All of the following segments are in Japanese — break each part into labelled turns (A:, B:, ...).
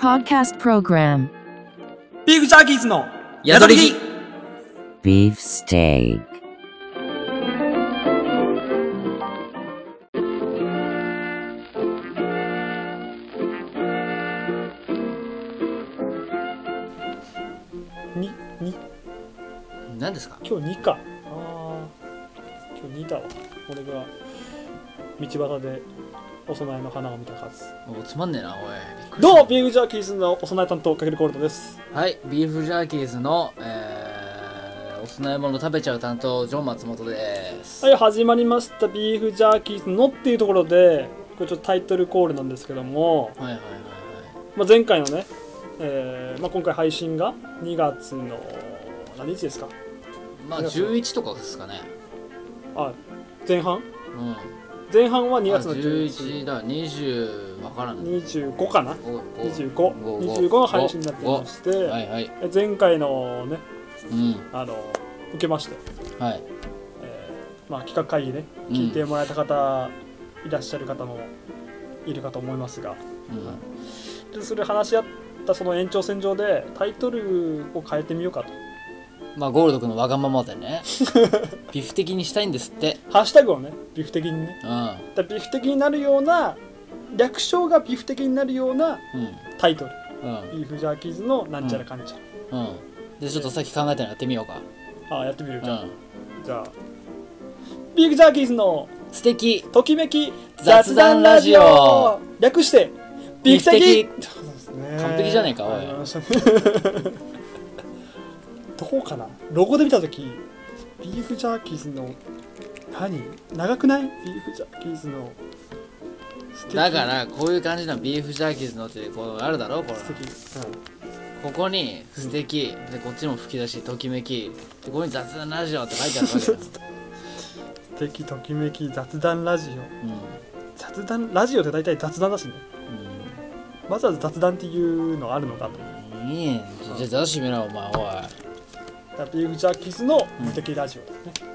A: podcast program.
B: ビーフジャーキーズの
C: 宿り着
A: Beef steak.
D: にに
C: 何ですか
D: 今日2かあー今日2だわ俺が道端でお供えの花を見たはず
C: おつまんねえなおいびっくりした
D: どうもビーフジャーキーズのお供え担当かけるコールドです
C: はいビーフジャーキーズのえー、お供え物食べちゃう担当ジョン松本です
D: はい始まりましたビーフジャーキーズのっていうところでこれちょっとタイトルコールなんですけども、
C: はいはいはい
D: まあ、前回のね、えーまあ、今回配信が2月の何日ですか
C: まあ11とかですかね
D: あ前半
C: うんあ
D: 前半は2月の11
C: 11だ20わからん
D: 25かな
C: 25
D: 2525の配信になってまして、
C: はいはい
D: え前回のね
C: うん
D: あの受けまして、
C: はい
D: えーまあ、企画会議ね
C: うん
D: 聞いてもらえた方、いらっしゃる方もいるかと思いますが
C: うん
D: でそれ話し合ったその延長線上でタイトルを変えてみようかと
C: まあゴールド君のわがままでね ビフ的にしたいんですって
D: ハッシュタグをねビフ的にね
C: うんうん
D: だビフ的になるような略称がビフ的になるようなタイトル
C: うん
D: ビーフジャーキーズのなんちゃらかんち
C: う
D: ゃ
C: んでちょっとさっき考えたのやってみようか
D: ら、ああやってみるじゃあ、
C: うん
D: じゃあビーフジャーキーズの
C: 素敵
D: ときめき
C: 雑談ラジオ
D: 略してビフ
C: ビ
D: 的
C: フ
D: そうですね
C: 完璧じゃねえかおい
D: ありましたね どうかなロゴで見た時ビーフジャーキーズの何長くないビーフジャーキーズの素敵
C: だからこういう感じのビーフジャーキーズのってこうあるだろこれ
D: 素敵、
C: ここに素敵、でこっちも吹き出しときめきでここに雑談ラジオって書いてあるわ けだよ、
D: うん、素敵ときめき雑談ラジオ
C: うん
D: 雑談ラジオって大体雑談だしねわざわざ雑談っていうのあるのかと
C: うん、いいねじゃあ雑誌見ろお前お
D: だからビーフジャーキーズの無敵ラジオですね、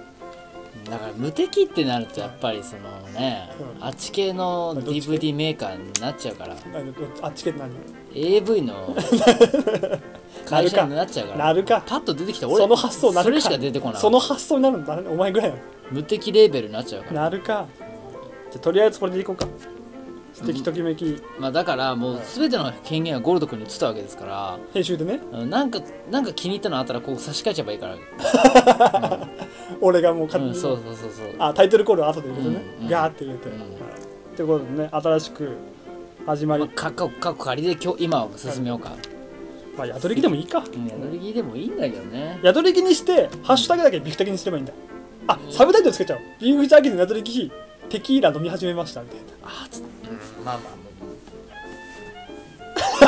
C: いだから無敵ってなるとやっぱりそのね、
D: うん
C: あっち系の DVD メーカーになっちゃうから
D: あのあっち系って何
C: AV の会社になっちゃうから
D: なるか
C: パッと出てきた俺
D: その発想なるか
C: それしか出てこない
D: その発想になるんだねお前ぐらいの
C: 無敵レーベルになっちゃうから
D: なるかじゃあとりあえずこれでいこうか素敵ときめき
C: まあだからもう全ての権限はゴールド君に移ったわけですから
D: 編集でね
C: うんなんかなんか気に入ったのあったらこう差し替えちゃえばいいから、
D: 俺がもう勝
C: う
D: 手
C: ん、
D: に
C: そうそうそうそう
D: あタイトルコールは後で入れてね、
C: うんうん
D: ガーって入れて、
C: うん
D: はいということでね新しく始まり
C: まあ、かっこかっこ仮で今日今は進めようか、
D: まあ宿り着でもいいか
C: うん、宿り着でもいいんだけどね
D: 宿り着にしてハッシュタグだけビフ的にすればいいんだあサブタイトルつけちゃおうビーフジャーキーの宿り着テキーラ飲み始めましたみたいな
C: あつ、うん、まあま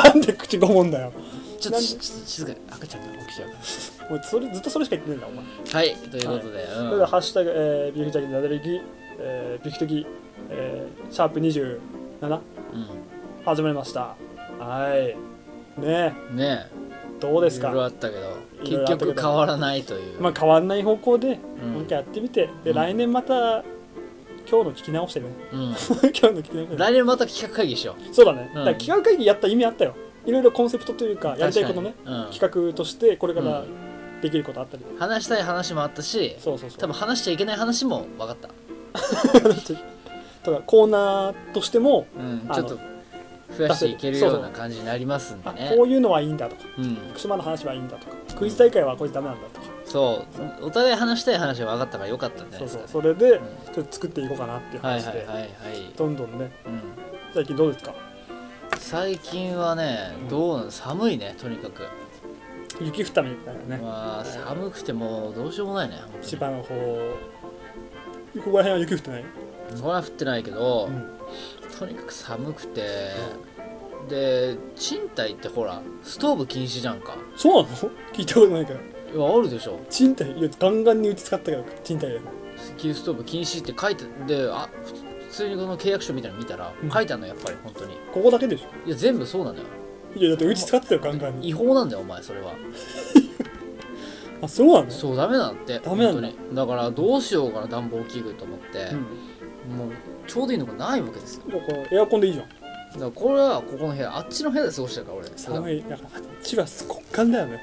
C: あまあ
D: なん で口ごもんだよ
C: ちょっ
D: な
C: と
D: ん
C: しちょっと静かに赤ちゃんが起きちゃうか
D: もうそれずっとそれしか言ってないんだお前
C: らはいということで、
D: それ
C: う
D: で
C: ん
D: はハッシュタグ、えービーフジャーキーのなだれき、えービフ的、えーシャープ27始まりましたはいね
C: うん、ね
D: えどう
C: え
D: で
C: い
D: す
C: ろいろあ
D: か
C: ったけど
D: いろいろあった
C: 結
D: けど
C: 局変わらないという、
D: まあ変わんない方向で
C: うん
D: もう一回やってみて、で
C: うん
D: 来年また今日の聞き直してね
C: う
D: 今日の聞き直
C: ん、
D: して
C: 来年また企画会議しよ
D: そうだね、
C: ん
D: だから企画会議やった意味あったよいろいろコンセプトというか
C: う
D: やりたいことね
C: 確、かにうん、
D: 企画としてこれから
C: う
D: できることあったり、
C: 話したい話もあったし
D: そうそうそう
C: 多分話しちゃいけない話も分かった、
D: とかコーナーとしても、
C: うん、
D: あ
C: ちょ
D: の
C: っと増やしていける
D: そう
C: よ
D: そう
C: うな感じになりますんで
D: あ
C: ね
D: こういうのはいいんだとか
C: うん、
D: 福島の話はいいんだとかクイズ大会はこいつダメなんだとか、
C: そうお互い話したい話が分かったからよかったんじゃない
D: そ
C: で
D: う
C: す
D: そ
C: か
D: う
C: ね
D: それでちょっと作っていこうかなっていう
C: はい
D: 話で、
C: はいはいはい、
D: どんどんね
C: うん、
D: 最近どうですか
C: 最近はね
D: うん
C: どうなの寒いねとにかく、
D: 雪降ったみたいなね、
C: まあ、寒くてもうどうしようもないね本当に
D: 千葉の方ここら辺は雪降ってない、
C: そんな降ってないけど、
D: うん
C: とにかく寒くてで賃貸ってほらストーブ禁止じゃんか
D: そうなの聞いたことないから
C: いやあるでしょ
D: 賃貸いやガンガンにうち使ったから賃貸だよ
C: 石油ストーブ禁止って書いてであふつ普通にこの契約書みたいなの見たら
D: うん
C: 書いてあるのやっぱり本当に
D: ここだけでしょ
C: いや全部そうなんだよ
D: いやだってうち使ってたよガンガンに
C: 違法なんだよお前それは
D: あそうなの
C: そうダメなんだって
D: ダメなんだ
C: 本当にだからどうしようかな暖房器具と思って
D: う、ん、
C: もうちょうどいいのがないわけですよ
D: ここエアコンでいいじゃん
C: だからこれはここの部屋あっちの部屋で過ごしてるから俺
D: 寒
C: い、
D: いだからあっちは骨幹だよね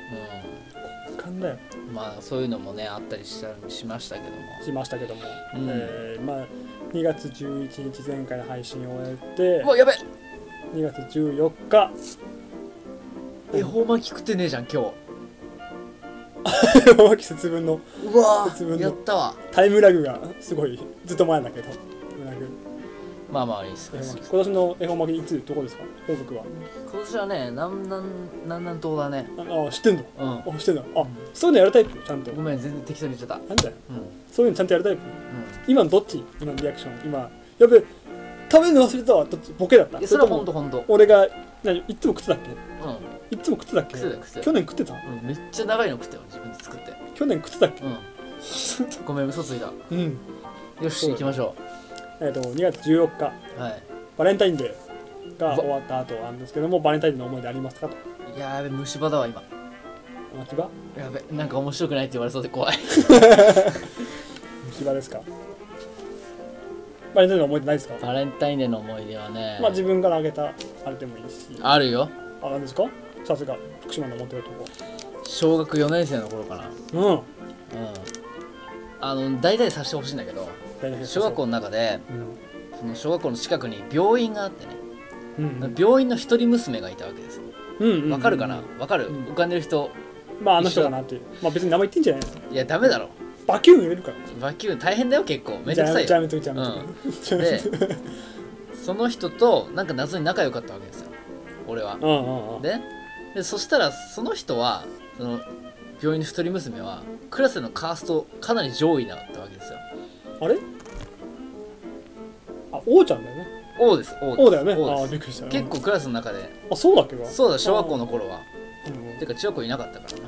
D: 骨幹だよ
C: うん、まあそういうのもねあったりしたしましたけども
D: しましたけども、
C: うん
D: えーまあ、2月11日前回の配信を終えて
C: うわやべ
D: 2月14日
C: 恵方巻き食ってねえじゃん今日
D: 大き節分の
C: うわ
D: 節分の
C: やったわ
D: タイムラグがすごいずっと前だけどタイムラグ
C: まあまあいいっす
D: 恵
C: ね
D: 方巻
C: 今
D: き今年の恵方巻きいつどこですか報告は
C: 年はね南南南南東だね
D: ああ知ってんの
C: うん
D: あ知ってんのあそういうのやるタイプちゃんと
C: ごめん全然適当に言っちゃった
D: なんだよ
C: うん
D: そういうのちゃんとやるタイプ今のどっち今のリアクション今やべ食べるの忘れたわどっちボケだっ
C: う
D: た
C: んいやそれは
D: と
C: ほ
D: も
C: んとほんと
D: 俺が何いつも食ってたっ
C: う
D: けいつも食ってたっけ
C: 食ってた食ってた
D: 去年食ってた
C: ん、うん、めっちゃ長いの食ってよ自分で作って
D: 去年食ってたっけ
C: うん ごめん嘘ついた
D: うん
C: よし行きましょ
D: えっと2月14日
C: うはい
D: バレンタインデーが終わった後なんですけどもバレンタインデーの思い出ありますかと
C: いやーやべ虫歯だわ今
D: 虫歯
C: やべなんか面白くないって言われそうで怖い
D: 虫歯ですかバレンタインデーの思い出ないですか
C: バレンタインデーの思い出はね、
D: まあ自分からあげたあれでもいいしあ
C: あるよ
D: 何ですかさすが福島の持ってると
C: 小学4年生の頃かな
D: こ
C: うんあの大体させてほしいんだけど
D: うん
C: 小学校の中で
D: うん
C: その小学校の近くに病院があってね
D: うん
C: 病院の一人娘がいたわけですよ
D: うん
C: わかるかなわかる
D: うん
C: 浮かんでる人
D: まああの人かなっていうまあ別に名前言ってんじゃないですか
C: いやダメだろ
D: バキューン入れるから
C: バキューム大変だよ結構めちゃくさい
D: じゃあ
C: よ
D: やめとくじゃあやめとくじゃあやめ
C: で
D: とく
C: その人となんか謎に仲良かったわけですよ俺は
D: うんうんうん
C: ででそしたらその人はその病院の一人娘はクラスのカーストかなり上位だったわけですよ
D: あれあ王ちゃんだよね
C: 王です王です
D: 王だよねあ
C: 王
D: あ
C: で
D: びっ
C: す
D: くりした
C: 結構クラスの中で
D: あそうだっけか
C: そうだ小学校の頃は
D: うんうん
C: てか中学校いなかったからな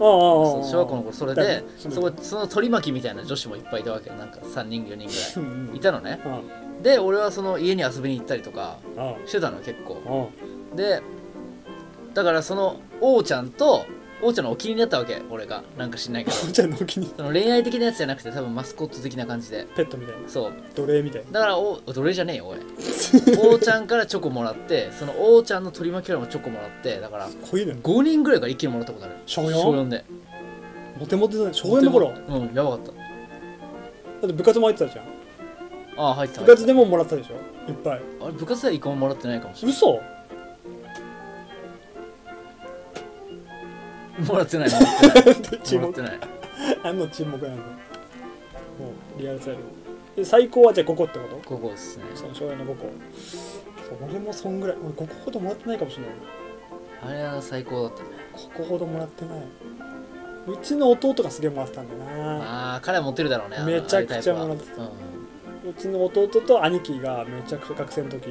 D: あああああ
C: そう
D: あ
C: 小学校の頃それで
D: そう
C: そこその取り巻きみたいな女子もいっぱいいたわけよなんか3人4人
D: う
C: ぐ
D: ん
C: ら
D: う
C: い
D: ん
C: いたのね
D: あ
C: で俺はその家に遊びに行ったりとか
D: ああ
C: してたの結構
D: あ
C: でだからその王ちゃんと王ちゃんのお気に入りだったわけ俺がなんか知んないけど
D: おちゃんのお気に入り
C: その恋愛的なやつじゃなくて多分マスコット的な感じで
D: ペットみたいな
C: そう
D: 奴隷みたい
C: だからお奴隷じゃねえよ おい王ちゃんからチョコもらってその王ちゃんの取り巻きからもチョコもらってだから
D: なこういうの
C: 5人ぐらいから一気にもらったことある
D: 小四
C: 小4で
D: モテモテだね小園の頃だ
C: うんやばかった
D: って部活も入ってたじゃん
C: ああ入ってた
D: 部活でももらったでしょいっぱい
C: あれ部活では一個ももらってないかもしれ
D: 嘘
C: な いもらってないもらってない
D: 沈
C: もらって
D: 黙
C: ない
D: あの沈黙なのもうリアルタイムで最高はじゃあ5個ってこと
C: 高校ですね
D: その小園の5個そう俺もそんぐらい俺5個ほどもらってないかもしれない
C: あれは最高だったね
D: 5個ほどもらってないうちの弟がすげえもらってたんだよな
C: ああ彼はモテるだろうねあの
D: めちゃくちゃもらって
C: ああいう
D: うちの弟と兄貴がめちゃくちゃ学生の時
C: タイ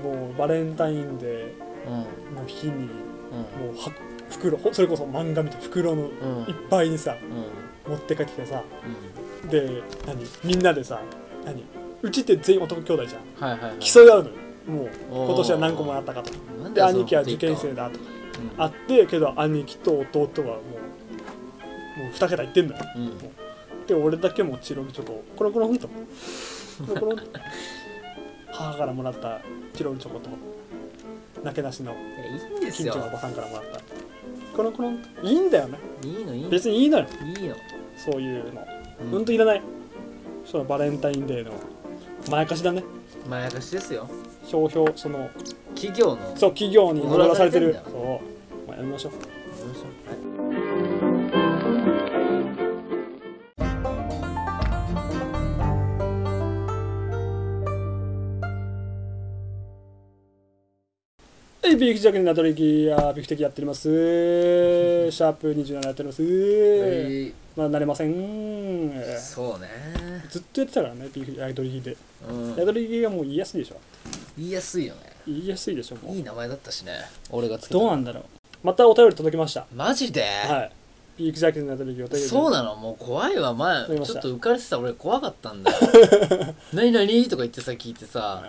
C: プは
D: もうバレンタインデ
C: うんうん
D: ーの日に
C: う
D: もうは袋ほそれこそ漫画みたいな袋のいっ
C: んうんうん
D: ぱいにさ
C: うん
D: 持って帰ってきてさで何みんなでさ何うちって全員男兄弟じゃん
C: はいはいはい
D: 競い合うのよもう
C: おー
D: 今年は何個もらったかとか
C: なんだ
D: で
C: よその
D: 兄貴は受験生だとか
C: うん
D: あってけど兄貴と弟はもうもう2桁いってんだよ
C: うん
D: で俺だけもチロルチョコをコロコロンとコロ コロンと母からもらったチロルチョコとなけなしの
C: いやいいんです
D: 近所のお
C: よ
D: ばさんからもらったコロコロンといいんだよね
C: いいのいいのい
D: 別にいいのよ
C: いの
D: そういうの
C: うん
D: ほんといらないそのバレンタインデーのまやかしだね
C: まやかしですよ
D: 商標その
C: 企業の
D: そう企業に踊らされて
C: 踊
D: る
C: らされてん
D: そうまあやめましょうはいビーフジャックにナトリキやビーフ的やっておりますシャープ27やっております、
C: はい
D: まあ慣れません
C: そうね
D: ずっとやってたからねビーフヤドリギで
C: うん
D: ヤドリギがもう言いやすいでしょ
C: 言いやすいよね
D: 言いやすいでしょもう
C: いい名前だったしね俺がつけた
D: どうなんだろうまたお便り届きました
C: マジで
D: はいビーフジャックにナトリキお便り
C: そうなのもう怖いわ前
D: り
C: ち
D: まし
C: ょ
D: た
C: っと浮かれてた俺怖かったんだよ何何とか言ってさ聞いてさ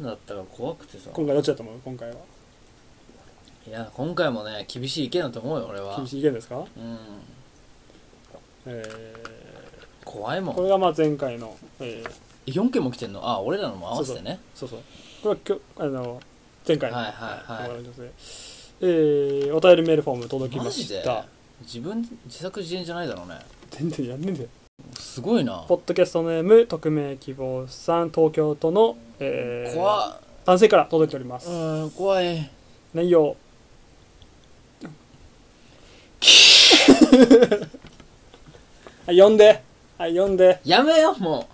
C: だったから怖くてさ
D: 今回どっちだと思う今回はい
C: や今回もね厳しい意見だと思うよ俺は
D: 厳しい意見ですか、
C: うん
D: え
C: 怖いも
D: ーこ
C: ん
D: れがまあ前回の、えー
C: 4件も来てんのあ俺らのも合わせてね
D: そうそうこれは今日あの前回の、
C: はいはいはい
D: いえー、お便りメールフォーム届きま
C: マジ
D: し
C: で
D: た
C: 自分自作自演じゃないだろうね
D: 全然やんねんだよ
C: すごいな
D: ポッドキャストネーム匿名希望さん東京都の、えー、
C: 怖っ
D: 男性から届いております、
C: うん怖い
D: 内 容はい読んではい読んで
C: やめよも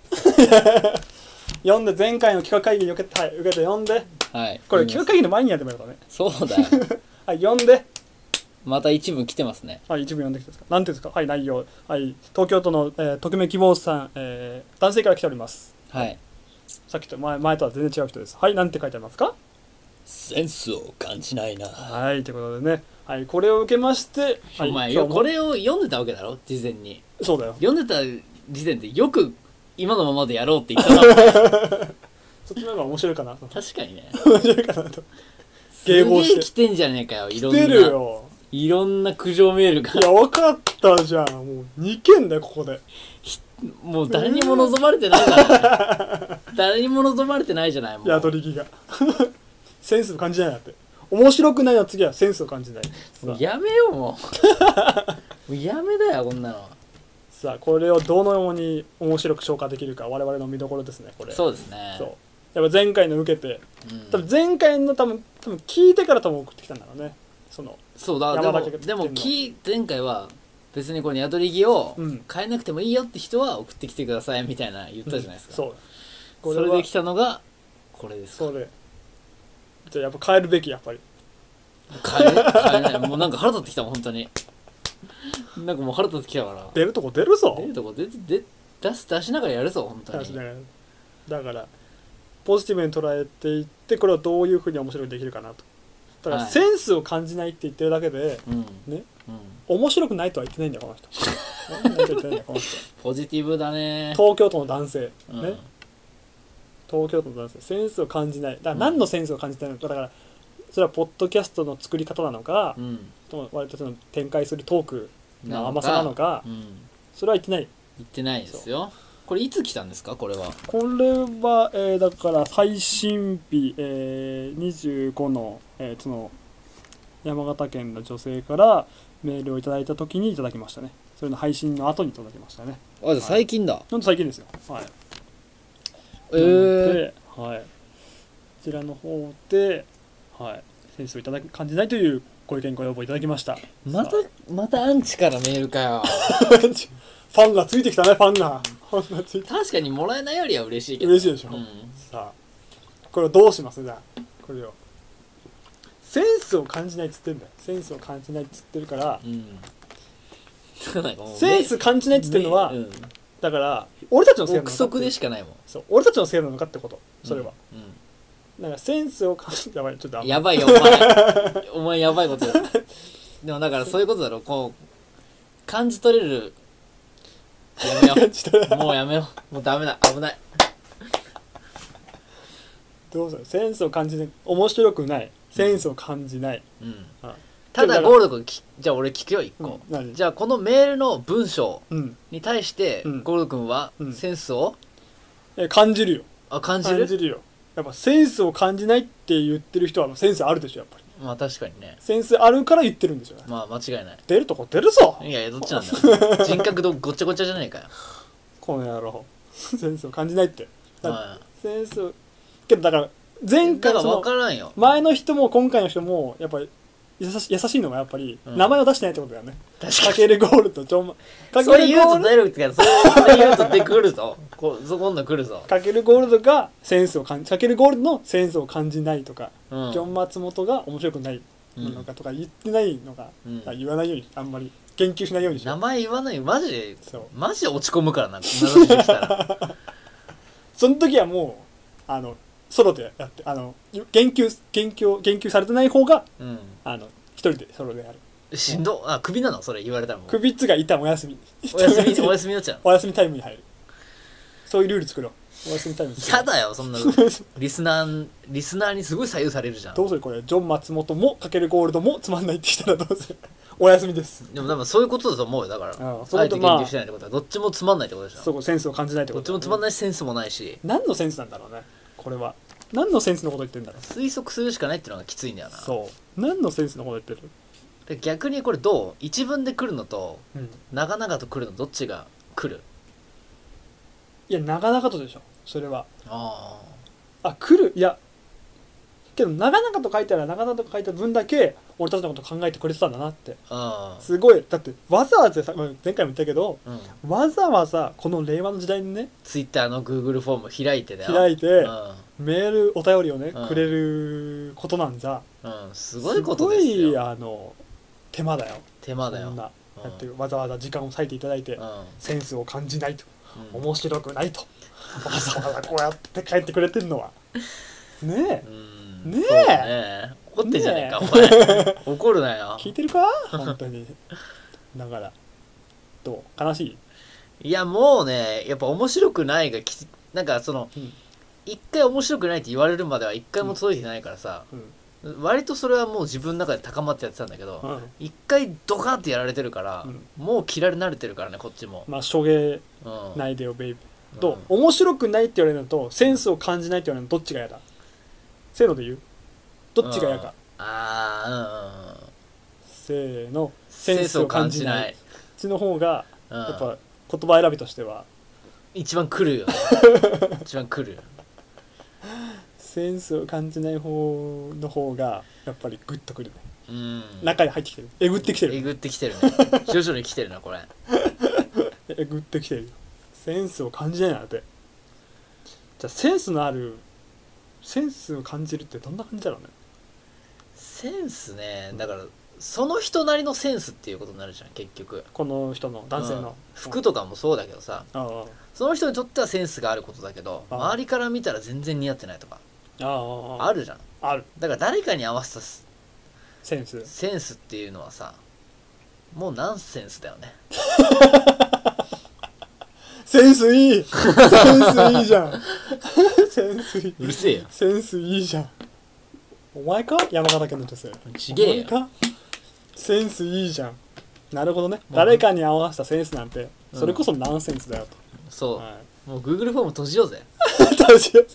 D: 読んで前回の企画会議に受けて,、はい、受けて読んで
C: うはい
D: これ
C: 読
D: 企
C: み
D: 画会議の前にやってもらうからね
C: ますそうだよ
D: はい読んで
C: また一文来てますね
D: はい、一部読んできてください。なんていうんですかはい、内容。はい、東京都の、えー匿名希望さん、えー男性から来ております。
C: はい
D: さっきと前前とは全然違う人です。はい、なんて書いてありますか
C: センスを感じないな
D: はい、ということでね。はい、これを受けまして、は
C: お
D: い、
C: 前
D: 今
C: よ
D: 日も
C: これを読んでたわけだろ事前に
D: そうだよ。
C: 読んでた時点でよく今のままでやろうって言った な
D: そっちの方が面白いかな。
C: 確かにね
D: 面白いかなと。迎合
C: す
D: し
C: げえ
D: て
C: 来てんじゃねえかよいろん
D: 出る
C: な
D: よ。
C: いろんな苦情メールが
D: いや、わかったじゃん。もう2件だよ、ここで。
C: もう誰にも望まれてないから ね誰にも望まれてないじゃないもう
D: 宿り木が。 センスを感じないなって。面白くないの次はセンスを感じない。
C: もうやめようもうもうやめだよこんなの
D: さあこれをどのように面白く消化できるか我々の見どころですねこれ
C: そうですね
D: そうやっぱ前回の受けて
C: うん
D: 多分前回の多分多分聞いてから多分送ってきたんだろうねその
C: そうだで
D: 山
C: も
D: 田君が作って
C: で
D: んの
C: もき前回は別にこの宿り着を
D: うん
C: 変えなくてもいいよって人は送ってきてくださいみたいな言ったじゃないですか、
D: そうこ
C: そ
D: れは
C: れできたのがこれです
D: それじゃあやっぱ変えるべきやっぱり
C: 変え変えないもうなんか腹立ってきたもん本当 になんかもう腹立ってきたから
D: 出るとこ出るぞ
C: 出るとこ出て出出す出しながらやるぞ本当
D: 話だ
C: に
D: からだからポジティブに捉えていってこれをどういうふうに面白くできるかなとだから
C: はい
D: センスを感じないって言ってるだけで
C: うん
D: ね
C: うん、
D: 面白くないとは言ってないんだよこ の人面白いとは言ってないんだよこの人
C: ポジティブだね
D: 東京都の男性、
C: うん
D: ね東京都の男性センスを感じないだから何のセンスを感じてないのかだからそれはポッドキャストの作り方なのか
C: う、ん
D: と割とその展開するトーク
C: なの
D: の
C: か
D: 甘さなのか
C: うん
D: それは言ってない
C: 言ってないですよこれいつ来たんですかこれは
D: これは、えーだから最新日、えー25の、えーその山形県の女性からメールをいただいた時にいただきましたねそれの配信の後にいただきましたね
C: あじゃあ最近だ、
D: なんと最近ですよはい
C: えー、
D: で、はい、こちらの方で、はい、センスをいただき感じないというご意見ご要望いただきました
C: また
D: さ
C: またアンチからメールか よ
D: あファンがついてきたねファンが ファンがついて
C: 確かにもらえないよりは嬉しいけど
D: 嬉しいでしょ
C: うん
D: さあこれをどうしますじゃあこれをセンスを感じないっつってんだよセンスを感じないっつってるから
C: うん、 なんかもう
D: センス感じないっつってるのは、
C: ねうん
D: だから俺たちのせいなの
C: 憶
D: かって
C: 測でしかないもん
D: そう俺たちのせいなのかってことそれは、、
C: うんうん
D: なんかセンスを感じやばいちょっとあんま
C: やばいよお前お 前やばいことやでもだからそういうことだろこう感じ取れるやめよ
D: ちょっと
C: うもうやめようもうダメだ危ない
D: どうするセンスを感じない面白くないセンスを感じない、
C: うん
D: あ
C: ただゴールド君きじゃあ俺聞くよ一個、
D: うん何
C: じゃあこのメールの文章
D: うん
C: に対して
D: うん
C: ゴールド君は
D: うん
C: センスを、
D: え感じるよ
C: あ感じる
D: 感じるよやっぱセンスを感じないって言ってる人はセンスあるでしょやっぱり
C: まあ確かにね
D: センスあるから言ってるんでしょ
C: まあ間違いない
D: 出るとこ出るぞ
C: いやいやどっちなんだ よ人格どごっちゃごちゃじゃねえかよ、
D: この野郎 センスを感じないってだ
C: は
D: センスをけどだから前
C: い、だか
D: 回
C: ら
D: そ
C: 分
D: の
C: からんよ
D: 前の人も今回の人もやっぱり優し優しいのはやっぱり
C: うん
D: 名前を出してないってことだよ ね、
C: 確
D: かけるゴールとちょんまか
C: そ
D: け
C: れ
D: る
C: 言
D: ゴー
C: うと
D: ル
C: 出るってかそれそれ言うとで来るぞこそこんなん来るぞ、
D: かけるゴールドがセンスを感じかけるゴールドのセンスを感じないとか、
C: うん
D: ジョン・松本が面白くないのかとか言ってないのか、
C: うん
D: あ言わないようにあんまり言及しないようにしよ
C: 名
D: う
C: 前言わないマジで
D: そう
C: マジで落ち込むからなこんな話したら
D: その時はもうあのソロでやってあの言及言及言及されてない方が
C: うん
D: あの一人でソロでやる
C: しんどあクビなのそれ言われたらもう
D: クビッツがいたお休み
C: お休みお休みになっ ちゃう
D: お休みタイムに入るそういうルール作ろうお休みタイムに作ろ
C: 嫌
D: う
C: だよそんな のリスナーリスナーにすごい左右されるじゃん
D: どうするこれジョン・松本もかけるゴールドもつまんないって言ったらどうするお休みです
C: でも多分そういうことだと思うよだから
D: ああ
C: あ
D: そうい
C: え
D: うこと
C: て言
D: まあ
C: 及してないってことはどっちもつまんないってことでし
D: そ
C: ょ
D: こセンスを感じないって
C: ど
D: こ
C: っち
D: と
C: もつまん
D: な
C: な
D: い
C: いしセンスもないし
D: 何のセンスなんだろうねこれは何のセンスのこと言ってんだろう
C: 推測するしかないっていうのがきついんだよな
D: そう何のセンスのこと言ってる
C: で逆にこれどう一文で来るのと
D: うん
C: 長々と来るのどっちが来る
D: いやなかなかとでしょそれは
C: あ
D: あ来るいやけど長々と書いたら長々と書いた分だけ俺たちのこと考えてくれてたんだなって
C: あ
D: すごいだってわざわざさまあ前回も言ったけど
C: うん、うん、
D: わざわざこの令和の時代にね
C: ツイッターの Google フォーム開いてだよ
D: 開いて
C: う
D: メールお便りをね
C: うん
D: くれることなんざ
C: ん、うん、すごいことです
D: すごい
C: よ
D: あの手間だよ
C: 手間だよ
D: そんな
C: うん
D: やってわざわざ時間を割いていただいて
C: うん
D: センスを感じないと
C: うん
D: 面白くないとわざわざこうやって帰ってくれてるのはねえ
C: うん
D: ね
C: そ
D: え
C: うね怒ってんじゃねえか、お前怒るなよ
D: 聞いてるか本当にだからどう悲しい
C: いやもうねやっぱ面白くないがきつなんかその
D: うん
C: 一、回面白くないって言われるまでは一回も届いてないからさ、
D: うん
C: 割とそれはもう自分の中で高まってやってたんだけ
D: う
C: ど
D: ん
C: 一、回ドカンってやられてるから、
D: うん
C: もう切られ慣れてるからねこっちも、
D: まあ処刑
C: うん、
D: ないでよベイビ
C: う
D: ー
C: ん
D: と面白くないって言われるのとセンスを感じないって言われるのどっちが嫌だせーので言うどっちが嫌か
C: ああうんうん
D: せーのセ
C: セ
D: ン
C: ン
D: ス
C: ス
D: を
C: を
D: 感
C: 感
D: じ
C: じ
D: な
C: ないい
D: こっちの方が
C: うん
D: やっぱ言葉選びとしては
C: 一番来る よね一番来るよ
D: センスを感じない方の方がやっぱりグッとくるね
C: うん
D: 中に入ってきてるえぐってきて
C: え
D: る
C: ぐってきてるね徐々に来てるなこれ
D: えぐってきてるよセンスを感じないなんてじゃあセンスのあるセンスを感じるってどんな感じだろうね
C: センスねだからその人なりのセンスっていうことになるじゃん結局
D: この人の男性
C: うん
D: の
C: 服とかもそうだけどさ
D: ああ
C: その人にとってはセンスがあることだけど
D: あ
C: 周りから見たら全然似合ってないとか
D: あああ
C: あるじゃん
D: ある
C: だから誰かに合わせたセ
D: センス
C: センスっていうのはさもうナンセンスだよね
D: センスいいセンスいいじゃん センスいい
C: せえよ
D: センスいいじゃんお前か山形県の女性
C: ちげえよ
D: お前かセンスいいじゃんなるほどね
C: まあ
D: 誰かに合わせたセンスなんて
C: うん
D: それこそナンセンスだよと、
C: そう、
D: はい
C: もう Google フォーム閉じようぜ、
D: どうしよう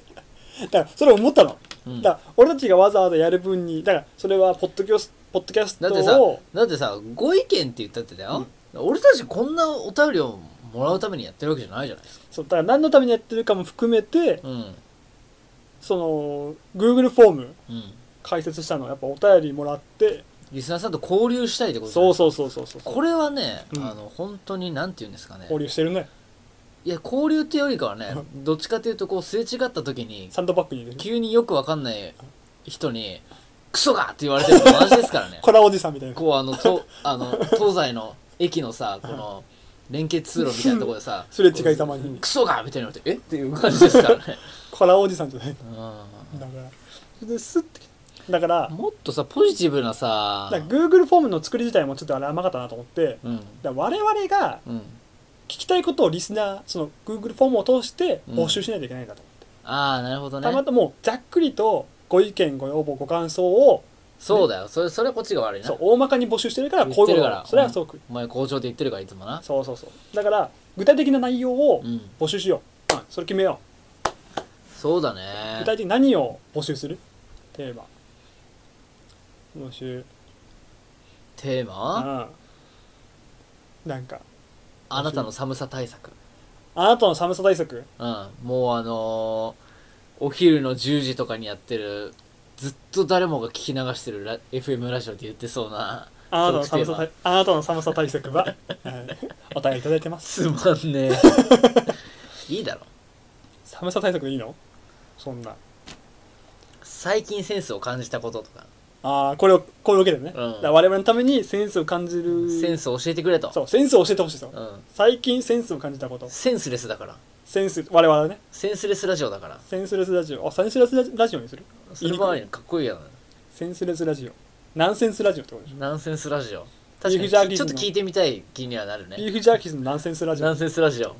D: だからそれ思ったの
C: うん
D: だ
C: だ
D: から俺たちがわざわざやる分にだからそれはポッドキャスポッドキャス
C: ってさ
D: トを
C: だってさご意見って言ったってだよ、俺たちこんなお便りをもらうためにやってるわけじゃないじゃないですか
D: そうだから何のためにやってるかも含めて
C: うん
D: その Google フォーム
C: うん
D: 解説したのやっぱお便りもらって
C: リスナーさんと交流したいってことじゃな
D: そ
C: いう
D: そうそうそうそう
C: これはね、
D: うん
C: あの本当になんて言うんですかね
D: 交流してるね
C: いや交流っていうよりかはねどっちかというとこうすれ違った時に
D: サンドバッグに入れる
C: 急によくわかんない人に「クソが!」って言われてるのと同じですから ね
D: コラおじさんみたいな
C: こうあのと あの東西の駅のさこの連結通路みたいなところでさ
D: すれ違いざまに
C: クソが!」みたいなのって「えっ?」ていう感じですからね
D: コラおじさんじゃない
C: うん
D: だからそれでスッてだから
C: もっとさポジティブなさ
D: だから Google フォームの作り自体もちょっとあれ甘かったなと思って
C: うん
D: だから我々が
C: うん
D: 聞きたいことをリスナーその Google フォームを通して募集しないといけないんだと、
C: ああなるほどね
D: たまたまもうざっくりとご意見ご要望ご感想を
C: そうだよそれそれはこっちが悪いな
D: そう大まかに募集してるからこういう
C: 言って
D: こ
C: る
D: と
C: から
D: それはすごく
C: お前校長って言ってるからいつもな
D: そうそうそうだから具体的な内容を
C: うん
D: 募集しよう、うんそれ決めよ
C: そうだ
D: う
C: ね
D: 具体的に何を募集するテーマ募集
C: テー
D: う
C: マ
D: んなんか
C: あなたの寒さ対策
D: あなたの寒さ対策
C: うんもうあのーお昼の10時とかにやってるずっと誰もが聞き流してるラ FM ラジオで言ってそうな
D: あなたの寒さ
C: トーク
D: 対あなたの寒さ対策 は、はいお便りいただいてます
C: つまんね えいいだろ
D: 寒さ対策でいいのそんな
C: 最近センスを感じたこととか
D: ああこれをこれを受けてね、
C: うん
D: だから我々のためにセンスを感じる
C: センスを教えてくれと
D: そうセンスを教えてほしいですよ、
C: うん、
D: 最近センスを感じたこと
C: センスレスだから
D: センス我々はね
C: センスレスラジオだから
D: センスレスラジオあセンスレスラジラジオにする
C: それもありのかっこいいやろ
D: センスレスラジオナンセンスラジオってことでしょ
C: ナンセンスラジオ
D: ビ
C: 確か
D: ーフ
C: に
D: ジャーキーズ
C: ちょ
D: の
C: っと聞いてみたい気にはなる
D: ビ
C: ね
D: ーフジャーキーズのナンセンスラジ
C: ナ
D: オ
C: ンセンスラジオ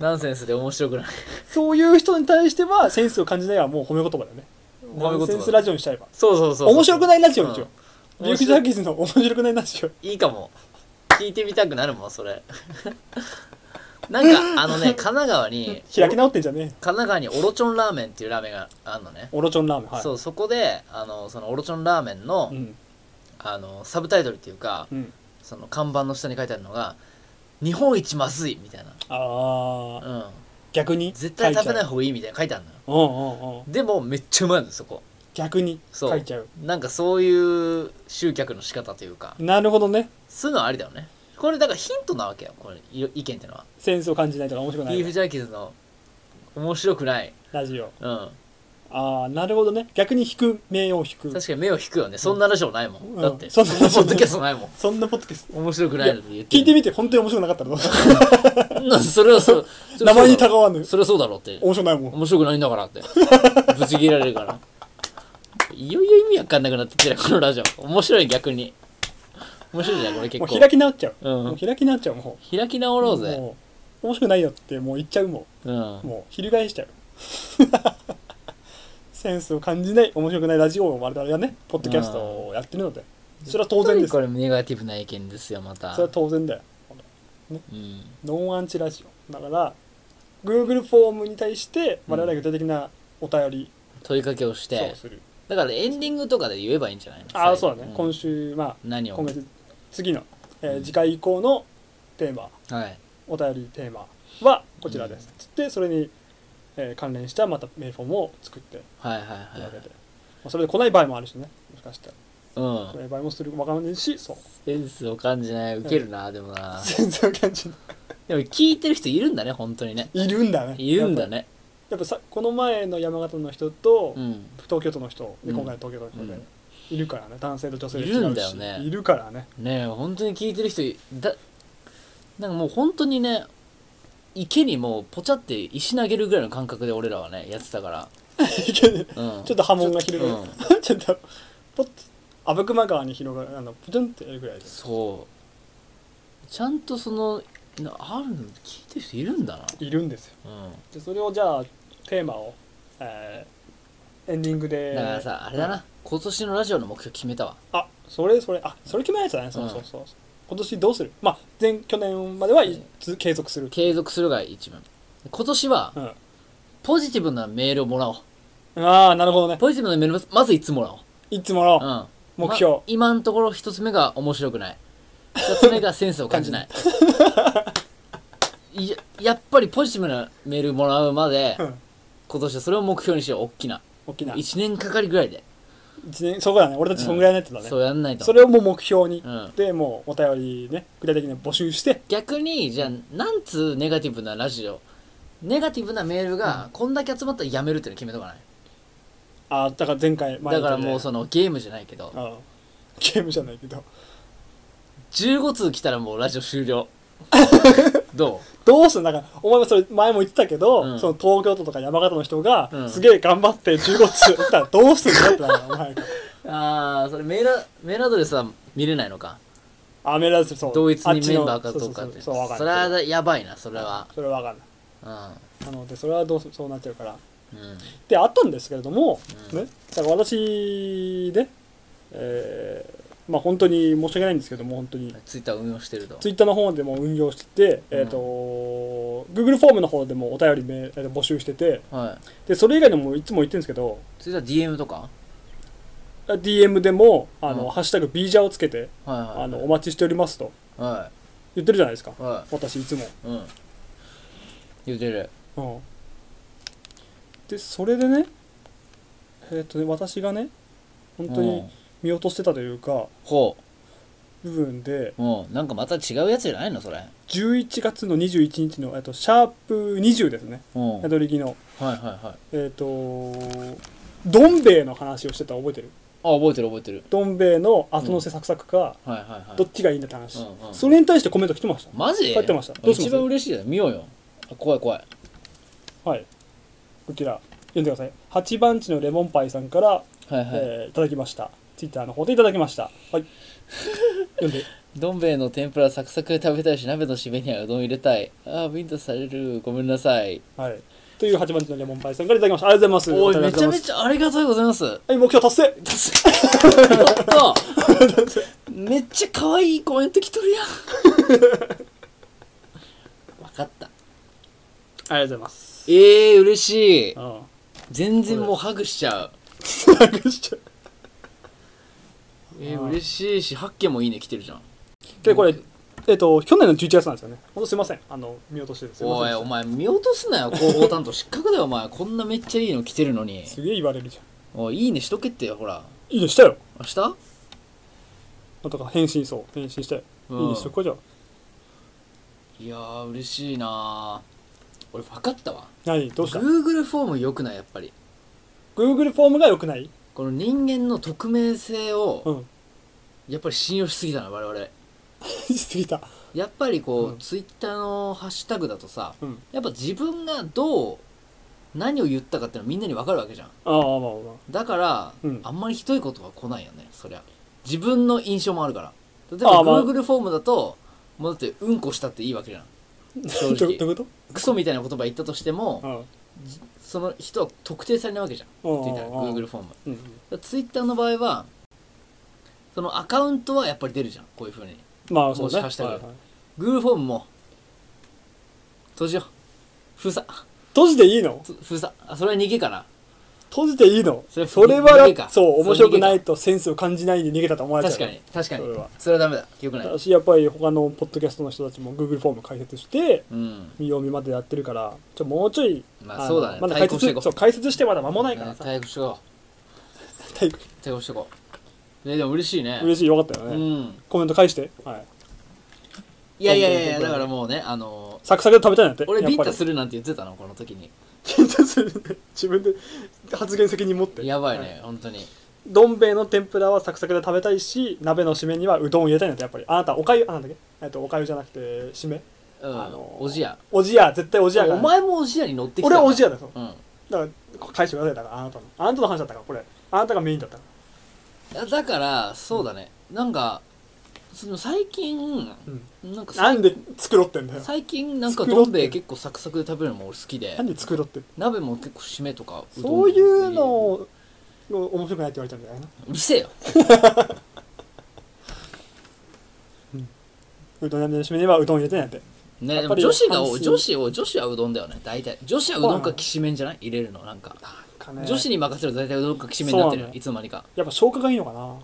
C: ナンセンスで面白く ない
D: そういう人に対してはセンスを感じないはもう褒め言葉だよね
C: 褒め言葉
D: ナンセンスラジオにしちゃえば
C: そうそうそうそう
D: 面白くないラジオにしよう、ビーフジャーキーズの面白くないなしよ
C: いいかも聞いてみたくなるもんそれ なんかあ のね神奈川に
D: 開き直ってんじゃねえ
C: 神奈川にオロチョンラーメンっていうラーメンがあるのね、
D: オロチョンラーメンはい
C: そうそこであのそのオロチョンラーメンの,、
D: ん
C: あのサブタイトルっていうか
D: うん
C: その看板の下に書いてあるのが「日本一まずい」みたい
D: ああ
C: な、うん、
D: 逆に
C: 絶対食べない
D: 書ちゃ
C: 方がいいみたいなの書いてあるのよ
D: ううんうんうん
C: でもめっちゃうまいのそこ
D: 逆に
C: そう
D: 書いちゃう
C: なんかそういう集客の仕方というか
D: なるほどね
C: そういうのはありだよねこれだからヒントなわけよこれい意見ってのは
D: センスを感じないとか面白くな
C: ビーフ
D: い
C: ジャーキーズの面白くない
D: ラジオ
C: うん
D: ああなるほどね逆に引く名を引く
C: 確かに目を引くよねそんなラジオないもん、
D: うん
C: だって
D: そ
C: そ
D: ん
C: ん
D: な
C: な
D: ラジオ
C: ポッドキャストないもん
D: そんなポッドキャスト
C: 面白くないのって言って
D: 聞いてみて本当に面白くなかったらど うぞ
C: みなんそれはそうそれ
D: 名
C: はそうだろ
D: 前にたがわぬ
C: それはそうだろうって
D: 面白くないもん
C: 面白くないんだから ってぶち切られるからいよいよ意味わかんなくなってきてるこのラジオ面白い逆に面白いじゃんこれ結
D: もう
C: 構
D: 開き直っちゃう
C: うん
D: もう開き直っちゃうも
C: 開き直ろう
D: う
C: ぜ
D: もう面白くないよってもう言っちゃうも
C: うん
D: んもう翻しちゃう センスを感じない面白くないラジオを我々はねポッドキャストをやってるのでそれは当然です
C: これネガティブな意見ですよまた
D: それは当然だよ
C: うん
D: ノンアンチラジオだから Google フォームに対して我々が具体的なお便り
C: 問いかけをし
D: そ
C: て
D: うする
C: だからエンディングとかで言えばいいんじゃないの
D: ああ
C: 最
D: そ
C: 後
D: うだね
C: ん
D: 今週ま
C: 何
D: あ
C: を
D: 今月次のえ
C: う
D: ー
C: ん
D: 次回以降のテーマ
C: はい
D: お便りテーマはこちらですつってそれにえー関連したまたメールフォームを作って
C: はいはい
D: いるわ
C: は
D: け
C: い
D: でまあそれで来ない場合もあるしねもしかしたら
C: うん
D: 来ない場合もするわからないしそう
C: センスを感じない受けるなでもな
D: 全然感じな
C: でも聞いてる人いるんだね本当にね
D: いいるんだね
C: いるんだね
D: やっぱやっぱさこの前の山形の人と
C: うん
D: 東京都の人で
C: うん
D: 今回の東京都の人で、
C: うん
D: いるからね男性と女性で違うし
C: いるんだよね
D: いるからね
C: ねえ本当に聞いてる人いだなんかもう本当にね池にもうポチャって石投げるぐらいの感覚で俺らはねやってたから、うん、
D: ちょっと波紋が広
C: う
D: が
C: ん
D: る、ちょっとポッと阿武隈川に広がるあのプチョンってやるぐらいです
C: そうちゃんとそのなあるの聞いてる人いるんだな、
D: いるんですよ
C: う
D: でそれをじゃあテーマを、えーエンディングで
C: ん、だからさあれだな今年のラジオの目標決めたわ
D: あそれそれあそれ決めないとねそうそうそう、今年どうするまあ前去年まではいつ継続する
C: 継続するが一番今年は
D: うん
C: ポジティブなメールをもらおう
D: ああなるほどね
C: ポジティブなメールをまずいつもらおう、
D: いつもの、
C: うん、
D: 目標
C: ま今のところ一つ目が面白くない二つ目がセンスを感じないいややっぱりポジティブなメールもらうまで、
D: うん
C: 今年はそれを目標にしよう大きな
D: 大きな一
C: 1年かかりぐらいで、
D: 年そこだね俺たちそんぐらいのやつだね、
C: そうやんないと
D: それをもう目標に、
C: うん
D: でもうお便りね具体的に募集して
C: 逆にじゃあなんつうネガティブなラジオネガティブなメールがこんだけ集まったらやめるっていうの決めとかない、
D: あだから前回前
C: だ
D: の
C: から
D: 回で
C: もうそのゲームじゃないけど
D: うんゲームじゃないけど
C: 15通来たらもうラジオ終 了ど
D: どうすんだからお前はそれ前も言ってたけど、
C: うん
D: その東京都とか山形の人が、
C: うん
D: すげえ頑張って15通打ったらどうすんだってなるのお前が
C: うああそれメールメールアドレスは見れないのか
D: アメラスそう
C: 同一
D: あっ
C: に
D: ち
C: メ
D: の
C: ンバーかどうかって
D: そうそうそうそうわかん
C: それ
D: ない
C: はやばいなそれは
D: それは分かんな
C: うん
D: いなのでそれはどうすそうなっちゃうから
C: うん
D: であったんですけれども、
C: うん
D: ね、だから私ねえーまあ本当に申し訳ないんですけども本当に
C: ツイッター運用してると
D: ツイッターの方でも運用してて、
C: うん
D: えっ、と、Google フォームの方でもお便りめ、えーと募集してて、
C: は
D: で、それ以外にもいつも言ってるんですけど、
C: いツイッター DM とか
D: DM でも、あの、
C: うん
D: ハッシュタグ B ジャーをつけて、
C: はいはい
D: あの、お待ちしておりますと
C: は
D: 言ってるじゃないですか。
C: いは
D: 私いつも。
C: いうん言うてる
D: うん。で、それでね、えっ、とね、私がね、本当
C: う
D: に
C: ん
D: 見落としてたというか、
C: ほ
D: 部分で、
C: ううんなんかまた違うやつじゃないのそれ
D: 11月の21日の、えっ、と、シャープ20ですね。
C: うんはい
D: 宿り木の。
C: はいはいあ
D: えっ、とどん兵衛の話をしてたの覚えてる
C: 覚えてる覚えてる
D: どん兵衛の後乗せサクサクか、
C: はいはいは
D: ど
C: い
D: っちがいいんだって話、
C: うんうん
D: それに対してコメント来てまし
C: マジ
D: 書いてましたどうします
C: 一番嬉しいよ見ようよあ怖い怖い
D: たはいこちら読んでください八番地のレモンパイさんから、
C: はいはい
D: えーいただきましたツイッターの方でいただきました はい読んで
C: どん兵衛の天ぷらサクサクで食べたいし鍋の締めにはうどん入れたいああビンタされるごめんなさい
D: はいという八番地のレモンパイさんからいただきましたありがとうございます
C: おい
D: お
C: め
D: 便りありが
C: ち
D: と
C: ゃ
D: うござ
C: め
D: います
C: ちゃありがとうござい ます
D: はい目標達成
C: やっためっちゃ可愛いコメント来とるやん わかった
D: ありがとうございます
C: ええー、嬉しい
D: うん
C: 全然もうハグしちゃう
D: なんかしちゃう
C: えー、嬉しいし8件もいいね来てるじゃん
D: でこれえっと去年の11月なんですよね本当すいませんあの見落としてですいま
C: お
D: せ
C: い
D: ん
C: お前見落とすなよ広報担当失格だよお前こんなめっちゃいいの来てるのに
D: すげえ言われるじゃん
C: おいいいねしとけってよほら
D: いいねしたよ
C: 明日
D: なんとか返信そう返信したよい
C: うん
D: いねしとくかじゃあ
C: いやー嬉しいなー俺分かったわ
D: 何どうした
C: Google フォーム良くないやっぱり
D: Google フォームが良くない
C: この人間の匿名性
D: う
C: を
D: ん
C: やっぱり信用しすぎたな我々
D: しすぎた
C: やっぱりこう、
D: うん
C: Twitter のハッシュタグだとさ
D: うん
C: やっぱ自分がどう何を言ったかってのはみんなに分かるわけじゃん
D: ああまあまあまあ
C: だから、
D: うん
C: あんまりひどいことは来ないよねそりゃ自分の印象もあるから例え
D: あ
C: ば
D: ーまあ
C: Google フォームだともうだってうんこしたっていいわけじゃん正
D: どどう
C: 直
D: いうこと
C: クソみたいな言葉言ったとしても、
D: うん
C: その人は特定されないわけじゃん
D: うん
C: Twitter
D: うん
C: Google フォーム
D: うん
C: ツイッターの場合はそのアカウントはやっぱり出るじゃんこういうふうに
D: まあそうね
C: もしハッシュタグ
D: はいは
C: Google
D: い
C: フォームも閉じよう封鎖
D: 閉じていいの
C: つ封鎖あそれは逃げかな
D: 閉じていいの
C: それ
D: それ
C: 逃
D: は
C: げか
D: そう面白くな
C: それ逃
D: い
C: げ
D: とセンスを感じないで逃げたと思われちゃう
C: 確かに確かに
D: それは
C: それはダメだよくない
D: 私やっぱり他のポッドキャストの人たちも Google フォーム解説して
C: うん
D: 見よう見までやってるからちょもうちょい
C: まあ
D: の
C: そうだね
D: まだ
C: 対
D: 解
C: 抗していこ
D: 説
C: う
D: そう解説してまだ間もないからさ
C: 対抗しよ
D: 対抗
C: う対抗していこうねでも嬉しいね
D: 嬉しいよかったよ
C: う
D: ね
C: ん
D: コメント返してはい
C: いやいやいやい
D: ど
C: や
D: んどんどんどん
C: だからもうねあの
D: サクサクで食べたいんだって
C: 俺ビンタ
D: る
C: するなんて言ってたのこの時に
D: ビンタするね自分で発言責任持って
C: やばい
D: は
C: ね本当に
D: どん兵衛の天ぷらはサクサクで食べたいし鍋の締めにはうどんを入れたいんだってやっぱりあなたおかゆあなんだっけえっとおかゆじゃなくて締め
C: うん
D: あの
C: おじや
D: おじや絶対おじやが
C: お前もおじやに乗ってきた
D: 俺はおじ
C: や
D: やだよ
C: うん
D: だから返してくださいだからあなたのあなたの話だったからこれあなたがメインだったか
C: だからそうだねなんかその最近
D: らうん
C: なんか
D: な
C: さ
D: んで繕ってんだよ
C: 最近なんか
D: 作ろうっ
C: ど
D: て
C: ん兵衛結構サクサクで食べるのも俺好きで
D: なんで繕ってん
C: 鍋も結構締めとかどんとか
D: そういうのを面白くないって言われたんじゃないの
C: うるせえよ
D: うどん屋の締めにはうどん入れてないんだって
C: ね
D: やっ
C: でも
D: ぱり
C: 女子が
D: 半数
C: 女子を女子はうどんだよね大体女子はうどん
D: そうな
C: か
D: の
C: きしめんじゃない入れるのなんか
D: かね
C: 女子に任せると大体うどんかきしめんになってる
D: そうなの
C: いつの間にか
D: やっぱ消化がいいのかな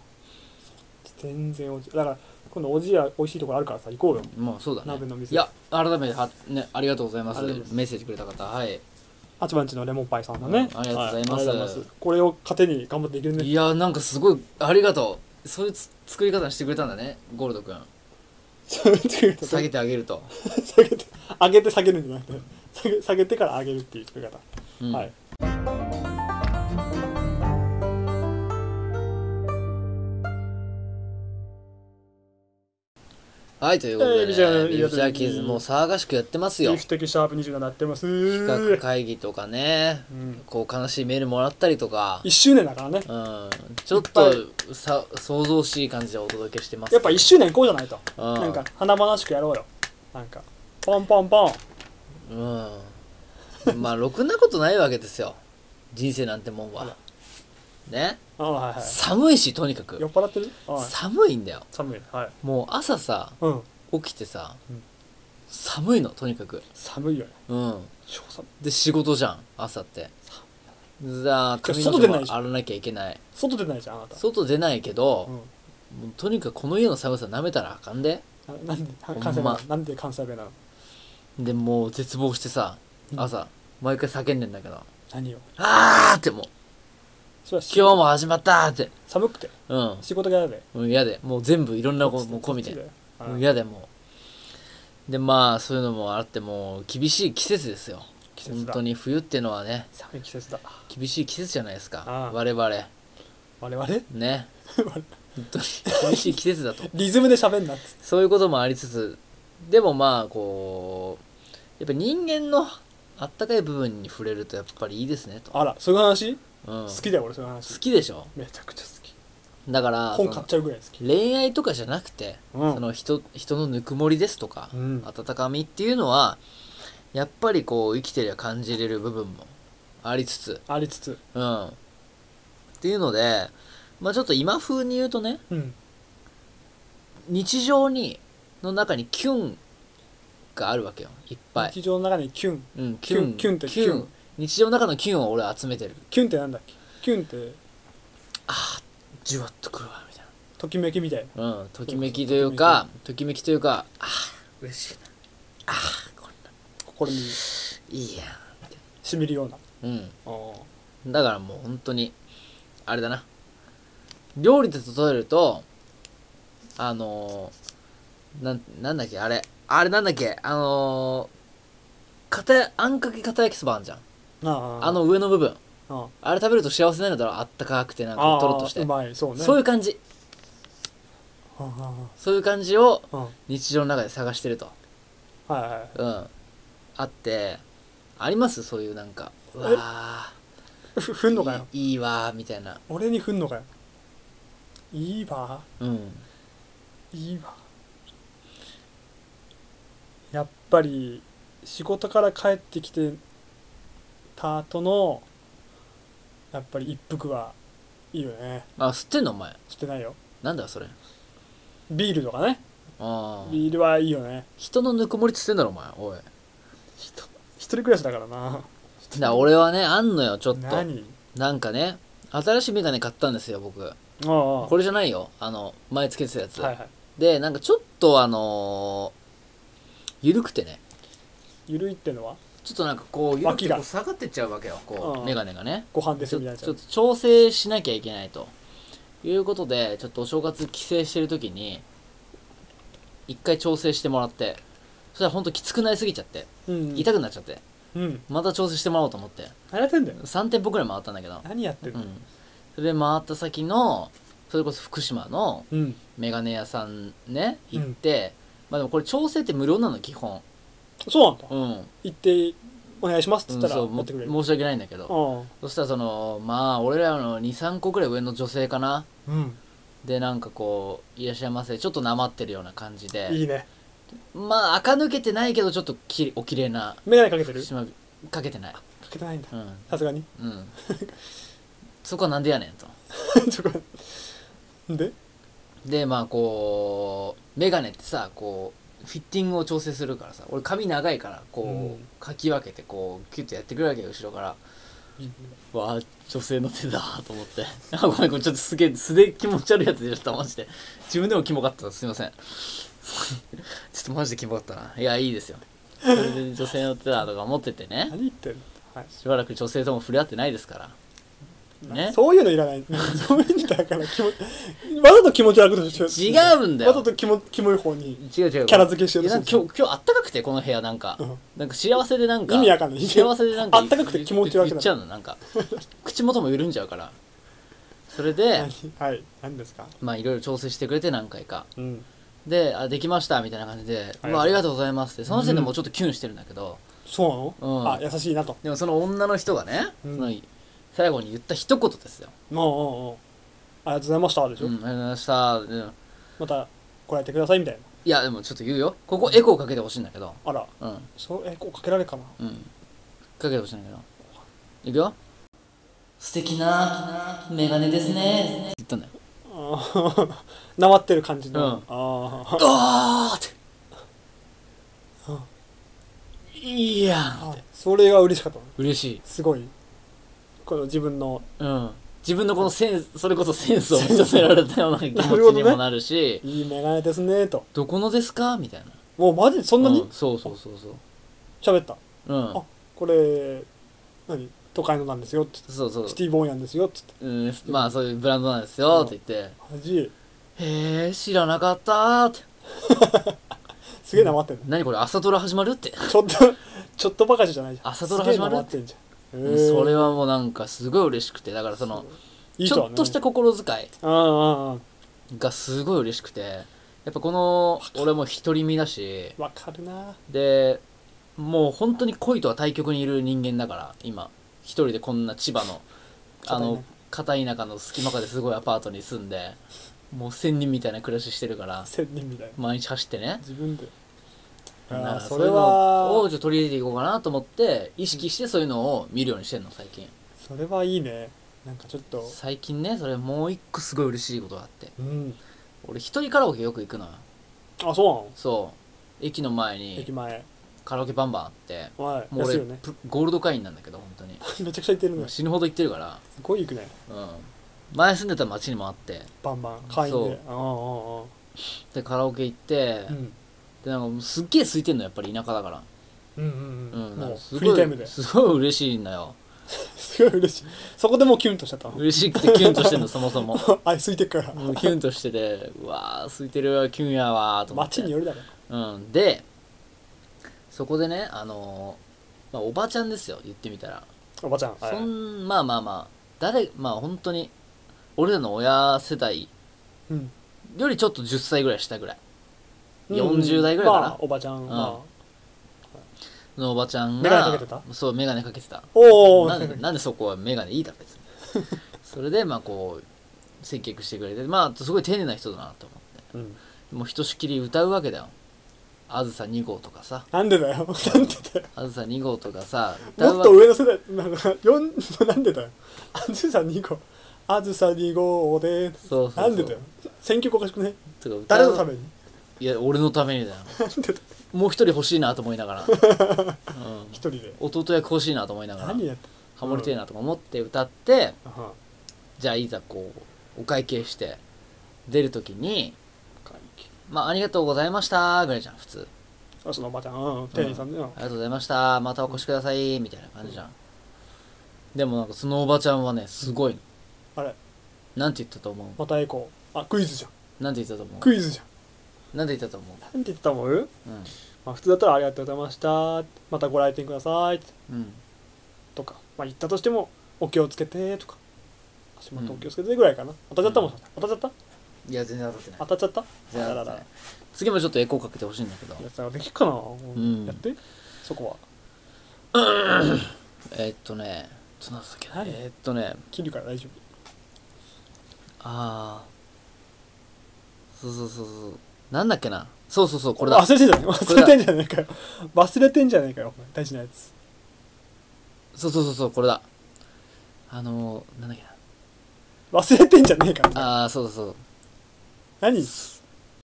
D: 全然おじだから今度おじや美味しいところあるからさ行こうよ
C: もうそうだね
D: 鍋の店
C: いや改めては、ね、ありがとうございます
D: ありがとうございます
C: メッセージくれた方はい
D: 八番地のレモンパイさんのね、
C: うんありがとうございます
D: はありがとうございこれを糧に頑張っていけるね
C: いやなんかすごいありがとうそういうつ作り方してくれたんだねゴールドくん下
D: 下
C: げてあげると、
D: 下げて上げて下げるんじゃなくて下げ下げてから上げるっていう作り方、
C: うん
D: はい
C: はいということ
D: えー
C: で、ね
D: ビジュアル
C: ビジュアルキーズもう騒がしくやってます
D: ギ
C: よ
D: フ的シャープ27やってます
C: 企画会議とかね、
D: うん
C: こう悲しいメールもらったりとか、
D: 1周年だからね
C: うん、ちょっ
D: い
C: と
D: っ
C: さ想像しい感じでお届けしてます
D: やっぱ1周年こうじゃないと
C: うん
D: なんか華々しくやろうよなんかポンポンポン
C: うんまあろくなことないわけですよ人生なんてもんはね
D: あはいはい
C: 寒いしとにか
D: 酔
C: く
D: っ払ってるはい
C: 寒いんだよ
D: 寒いはい
C: もう朝さ
D: うん
C: 起きてさ、
D: うん
C: 寒いのとにかく
D: 寒いよね
C: うん
D: 超寒い
C: で仕事じゃん朝ってだあ髪の
D: 外
C: 毛
D: 出ないでし
C: も
D: ょ
C: 洗わなきゃいけない
D: 外出ないじゃんあなた
C: 外出ないけど、
D: う
C: もうとにかくこの家の寒さ舐めたらあかんで
D: んななんで
C: んま
D: 関西弁なのなんで関西弁なの
C: でもう絶望してさ朝、毎回叫んでんだけど
D: 何よ
C: あーってもう
D: それは仕
C: 今日も始まったーって
D: 寒くて
C: うん
D: 仕事が嫌で
C: もう嫌でもう全部いろんなこともう込みで
D: こっち
C: もう
D: で
C: 嫌でもうでまあそういうのもあってもう厳しい季節ですよ
D: 季節
C: 本
D: だ
C: 当に冬ってのはね
D: 寒い季節だ
C: 厳しい季節じゃないですか
D: ああ
C: 我々
D: 我々
C: ね本当に厳しい季節だと
D: リズムで喋んなっつって
C: そういうこともありつつでもまあこうやっぱ人間のあったかい部分に触れるとやっぱりいいですねと、
D: あらそういう話
C: うん、
D: 好
C: 好
D: きだよ俺そういう話
C: きでしょ
D: めちゃくちゃ好き
C: だから
D: 本買っちゃうぐらい好
C: そ
D: き
C: の恋愛とかじゃなくて、
D: うん
C: その人人のぬくもりですとか、
D: うん
C: 温かみっていうのはやっぱりこう生きてりゃ感じれる部分もありつつ
D: ありつつ
C: うんっていうのでまあちょっと今風に言うとね
D: うん
C: 日常にの中にキュンがあるわけよいっぱい、
D: 日常の中にキュン
C: うん、
D: キュンキュンって
C: キュ
D: キュ
C: ン
D: ン
C: 日常の中のキュンを俺は集めてる
D: キュンってなんだっけキュンって
C: じわっとくるわみたい
D: ときめきみたいな
C: なうんときめきというかときめきというかあー嬉しいなあーこんな
D: 心に
C: いいや
D: しみるような
C: うん
D: あー
C: だからもう本当にあれだな料理で例えるとあのー、なんなんだっけあれあれなんだっけあのー、かたあんかけ片焼きそばあんじゃん
D: あー
C: あの上の部分
D: あ
C: あれ食べると幸せなのだろうあったかくてなん
D: ー
C: か
D: あ
C: とろっとして
D: ーうまいそうね
C: そういう感じ
D: あー
C: そういう感じを
D: あーうん
C: 日常の中で探してると
D: はいはい
C: うんあってありますそういうなんかうわあ
D: ふふんのかよ
C: いいいいわーみたいな
D: 俺にふんのかよいいわ
C: うん
D: いいわやっぱり仕事から帰ってきてた後のやっぱり一服はいいよね
C: あ吸ってんのお前
D: してないよ
C: なんだそれ
D: ビールとかね
C: ああ
D: ビールはいいよね
C: 人のぬくもりっつってんだろお前おい
D: 人一人暮らしだからな
C: だ俺はねあんのよちょっと
D: 何
C: なんかね新しいメガネ買ったんですよ僕
D: ああ
C: これじゃないよあの前つけてたやつ、
D: はいはい
C: でなんかちょっとあのー、緩くてね
D: ゆるいってのは
C: ちょっとなんかこう緩く
D: 脇
C: て
D: が
C: こう下がってっちゃうわけよこ
D: うん
C: うメガネがね
D: ご飯で
C: ち
D: す
C: ょ
D: み
C: ち
D: たい
C: ょっ
D: な
C: と
D: や
C: 調整しなきゃいけないということでちょっとお正月帰省してる時に一回調整してもらってそしたらほんときつくなりすぎちゃって
D: つうん
C: 痛くなっちゃって
D: うん
C: また調整してもらおうと思って
D: 何やってんだよ
C: 3店舗ぐらい回ったんだけど、
D: 何やってん
C: う
D: だよ
C: ん、それで回った先のそれこそ福島の
D: うん
C: メガネ屋さんね行って、まあでもこれ調整って無料なの基本
D: そうなんだ
C: うん、
D: 行ってお願いしますっ
C: う
D: つっ
C: ん
D: たら
C: そう
D: 持
C: も
D: ってくれる
C: 申し訳ないんだけど
D: あ
C: そしたらそのまあ俺らの23個ぐらい上の女性かな
D: あうん
C: でなんかこう「いらっしゃいませ」ちょっとなまってるような感じで
D: いいね
C: まあ垢抜けてないけどちょっときおきれいな
D: 眼鏡かけてる
C: しまかけてない
D: かけてないんだ
C: うん
D: さすがに
C: うんそこはなんでやねんと
D: そこで
C: でまあこうメガネってさこうフィッティングを調整するからさ俺髪長いからこ
D: うん
C: うかき分けてこうキュッとやってくるわけよ後ろからわあ女性の手だと思ってあごめんごめんちょっとすげえ素で気持ち悪いやつ出ちゃったマジで自分でもキモかったすいません ちょっとマジでキモかったないやいいですよそれで女性の手だとか思っててね
D: 何言ってんの、はい
C: しばらく女性とも触れ合ってないですからね
D: そういうのいらないそういうのだから気持ちわざと気持ち悪くとしよ
C: 違うんだよ
D: わざと気もキモい方に
C: 違う違う
D: キャラ付けしようと
C: いや
D: す
C: な
D: る
C: んか今日今日あったかくてこの部屋なんか、
D: うん
C: なんか幸せでなんか
D: 意味わかんない
C: 幸せでなんか
D: あったかくて気持ち悪くなる
C: 言っちゃうのなんか口元も緩んじゃうからそれで
D: 何はい何ですか
C: まあいろいろ調整してくれて何回か
D: うん
C: であできましたみたいな感じで「
D: ありがとう
C: うわありがとうございます」ってその時点でもうちょっとキュンしてるんだけど、
D: そうなの、
C: うん
D: あ優しいなと
C: でもその女の人がね、
D: うん
C: その最後に言った一言ですよ
D: うんうんうんありがとうございましたで
C: 「
D: し
C: う
D: ょ、
C: ん、ありがとうございました」うん
D: また来られてくださいみたいない
C: やでもちょっと言うよここエコーかけてほしいんだけど
D: あら
C: うん
D: そうえこうかけられるかな
C: うん。かけてほしいんだけど。いくよ。素敵なメガネですね。言ったんだよ。
D: あーなまってる感じの、
C: うん
D: あ
C: あーって。いいやんっ
D: あ
C: て。
D: それが嬉しかったの
C: 嬉しい。
D: すごいこの自分の
C: うん。自分のこのセンス、それこそセンスを認められたような気持ちにもなるし、
D: いい眼鏡ですねと
C: どこのですかみたいな。
D: もうマジでそんな
C: う
D: に
C: んそうそうそうそう。
D: 喋った、
C: うん。
D: あこれ何都会のなんですよっつって
C: そうそう
D: シ。ティボーイなんですよっつって
C: うん、まあそういうブランドなんですよって言って、
D: マジ
C: へえ、知らなかったーって。
D: すげえなまってんの、
C: 何これ、朝ドラ始まるって。
D: ちょっとちょっとばかりじゃないじゃん
C: 朝ドラ始まる
D: すげえなまってんじゃん、へー
C: それはもうなんかすごい嬉しくてだからその
D: いい
C: ち
D: 人だ
C: ょっ
D: ね
C: とした心遣
D: うんうんうん
C: いがすごい嬉しくてやっぱこの俺も独り身だし
D: わかるな
C: でもう本当に恋とは対極にいる人間だから今一人でこんな千葉のあの片田舎の隙間風すごいアパートに住んでもう仙人みたいな暮らししてるから
D: 千人みたいな
C: 毎日走ってね
D: 自分であ
C: だか
D: ー
C: ら
D: そ
C: そ
D: れ
C: れは
D: は
C: をちょっと取り入れていこうかなと思って意識してそういうのを見るようにしてんの最近
D: それはいいねなんかちょっと
C: 最近ねそれもう一個すごい嬉しいことがあって
D: うん
C: 俺一人カラオケよく行くのよ
D: あそうなの
C: そう駅の前
D: 駅
C: に
D: 前
C: カラオケバンバンあって
D: はい
C: もう
D: 安
C: 俺、
D: いよね
C: プゴールド会員なんだけど本当に
D: めちゃくちゃ行ってる
C: も
D: ね
C: う
D: す
C: 死ぬほど行ってるから、
D: ごい行くね
C: うん、前住んでた町にもあって
D: バンバン会員
C: そう
D: でうんうんうん
C: でカラオケ行って、
D: うん
C: でなんかもうすっげえ空いてんのやっぱり田舎だから、
D: うんうん
C: う
D: うん
C: ん、
D: も
C: なん
D: う
C: かす
D: フ
C: ごい
D: リータイムです
C: ごい嬉しいんだよ
D: すごい嬉しいそこでもうキュンとしちゃったの
C: 嬉しくてキュンとしてんのそもそ も
D: あ空いてるから
C: も うキュンとしててうわー空いてるわキュンやわーと思って
D: 街によるだろ
C: うん、でそこでねあのーまあ、おばちゃんですよ言ってみたら
D: おばちゃんはい
C: そんまあまあまあ誰まあ本当に俺らの親世代
D: うん
C: よりちょっと10歳ぐらい下ぐらい40代ぐらいかな
D: まあおばちゃんまあ
C: のおばちゃんが
D: メガネかけてた
C: そうメガネかけてた
D: おお
C: なんでなんでそこはメガネいいだろ別にそれでまあこう接客してくれてまあすごい丁寧な人だなと思って
D: うん
C: もうひとしきり歌うわけだよあずさ2号とかさ
D: なんでだよ なんでだよ
C: あずさ2号とかさ歌う
D: もっ
C: わけ
D: と上の世代なんかよん なんでだよあずさ2号あずさ2号で
C: そうそうそう
D: なんでだよ選曲おかしくない
C: とか歌う
D: 誰のために
C: いや俺のためにだよ
D: なんでだよ
C: もう一人欲しいなと思いな がら、うん
D: 一人で
C: 弟役欲しいなと思いながら
D: 何やって
C: ハモりてえなとか思って歌って、
D: あは
C: じゃあいざこうお会計して出るときに「まあありがとうございました」ぐらいじゃん普通
D: あそのおばちゃんうん店員さんで
C: 「
D: な
C: ありがとうございましたまたお越しください」みたいな感じじゃんでもなんかそのおばちゃんはねすごいの
D: あれ
C: なんて言ったと思
D: またエコーあクイズじゃん
C: うなんて言ったと思
D: クイズじゃん
C: うなんて言ったと思
D: なんて言ってたと思う
C: ううん
D: まあ普通だったらありがとうございましたまたご来店ください
C: うん
D: とかまあ言ったとしてもお気をつけてとか足元お気をつけてぐらいかな当たっちゃったもん当たっちゃった
C: いや全然当たってない
D: 当たっちゃった
C: 全然当
D: あ
C: た
D: ら
C: って
D: ら
C: な
D: ら
C: い次もちょっとエコーかけてほしいんだけど
D: やさできっかな、
C: ん
D: やってそこは
C: えーっとねちょっとなんだっけな
D: 何
C: えーっとね
D: 切るから大丈
C: ああそうそうそうそうなんだっけなそうそうそうこ
D: 夫
C: れだ
D: 忘れてんじゃない
C: れ
D: 忘れ
C: だ
D: てんじゃないかよ忘れてんじゃないかよお前大事なやつ
C: そうそうそうそうこれだあのー、なんだっけな
D: 忘れてんじゃねえか
C: ああそうそうそう
D: 何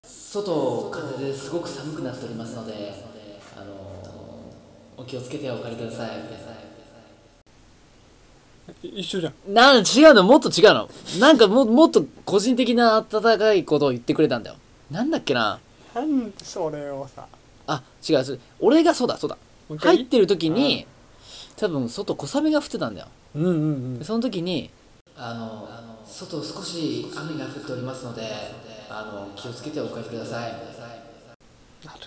C: 外風ですごく寒くなっておりますのであのー、お気をつけてお借りください
D: 一緒じゃん
C: なん違うのもっと違うのなんかももっと個人的な温かいことを言ってくれたんだよなんだっけな
D: なんそれをさ
C: あ違うそれ俺がそうだそうだ
D: もう一回
C: 入ってる時に多分外小雨が降ってたんだよ
D: うんうん
C: でその時にあの外少し雨が降っておりますのであの気をつけてお帰りください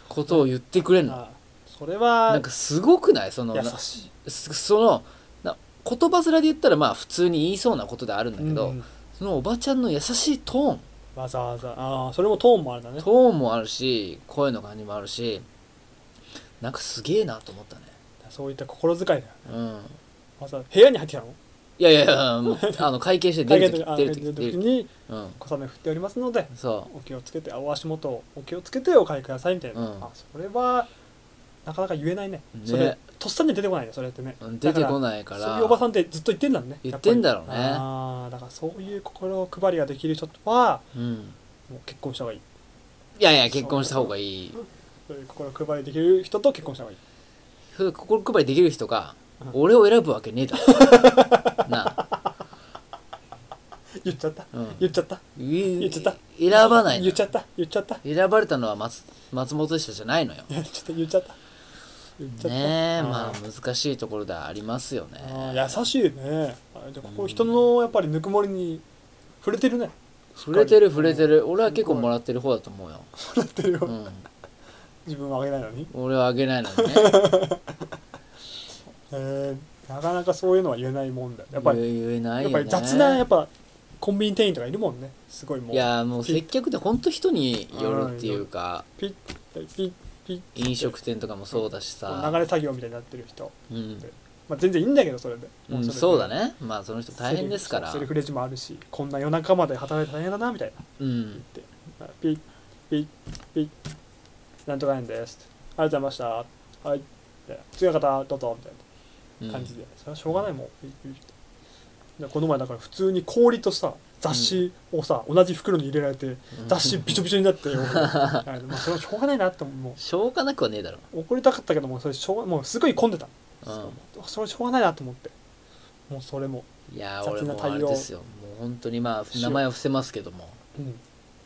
C: ことを言ってくれるの
D: あそれ
C: なん
D: は
C: かすごくないその
D: 優
C: な
D: しい
C: すそのな言葉面で言ったらまあ普通に言いそうなことであるんだけど、
D: うんうん
C: そのおばちゃんの優しいト
D: わざわざああそれもトーンもあれだ
C: ー
D: ね
C: ントーンもあるし声の感じもあるしなんかすげえなと思ったね
D: そういった心遣いだよ
C: うん
D: わざわざ部屋に入ってきたの
C: いやいやいやもうあの会見して出ると
D: 会見
C: き
D: あ
C: 出ると
D: 出
C: き
D: る時
C: 出る時
D: に
C: うん
D: 小雨降っておりますので
C: そ
D: お気をつけてあお足元をお気をつけてお帰りくださいみたいな、
C: うん
D: あそれはなかなか言えないね
C: ね
D: それとっさに出てこないねそれってね
C: う出てこ
D: い
C: ないから
D: そういうおばさんってずっと言ってんだね
C: 言ってんだろうね
D: やっぱりああだからそういう心配りができる人は
C: うん
D: もう結婚した方がいい
C: いやいや結婚した方がいい
D: そういう心配りできる人と結婚した方がいい
C: そういう心配りできる人が
D: うん
C: 俺を選ぶわけねえだ ろなあ、
D: 言っちゃった、
C: うん
D: 言っちゃった
C: 言
D: っちゃった
C: 選ばないの
D: 言っちゃった言っちゃった
C: 選ばれたのは松松本でしたじゃないのよ
D: いや ちょっと言っちゃった言っちゃった
C: ねえまあ
D: ー
C: 難しいところではありますよ
D: あ
C: ね
D: ー優しいねあじゃあここ人のやっぱりぬくもりに触れてるね
C: 触れてる触れてる俺は結構もらってる方だと思うよ、
D: 触れてるよ、
C: うん、
D: 自分はあげないのに、
C: 俺はあげないのにね
D: えー、なかなかそういうのは言えないもんだ よやっぱり、
C: 言え言えない
D: や
C: よ、ね、
D: っぱり雑なやっぱコンビニ店員とかいるもんねすごいもう
C: いやもう接客って本当人によるっていうか
D: ピッピッピ
C: 飲食店とかもそうだし
D: ッ流
C: さ、
D: れ作業みたいになってる人、
C: うん
D: まあ、全然いいんだけどそれで、
C: う
D: も
C: ん、
D: れで
C: そうだねまあその人大変ですから
D: セルフレジもあるしこんな夜中まで働いて大変だなみたいな
C: うん
D: ピッピッピッなんとかなんですありがとうございましたはいで次の方どうぞみたい
C: うん
D: な感じで、それはしょうがないもんでこの前だから普通に氷とさ雑誌をさ、同じ袋に入れられて雑誌びちょびちょに なって、俺あのまあ、それはしょうがないなって思うも
C: しょうがなくはねえだろ
D: う怒りたかったけどもうそれしょうがもうすごい混んでた
C: う
D: それはしょうがないなと思ってもうそれも、
C: んいやー
D: 雑
C: 俺
D: な
C: もうあれ
D: 対応
C: ですよもう本当にまあ
D: 塩
C: 名前は伏せますけども
D: うん、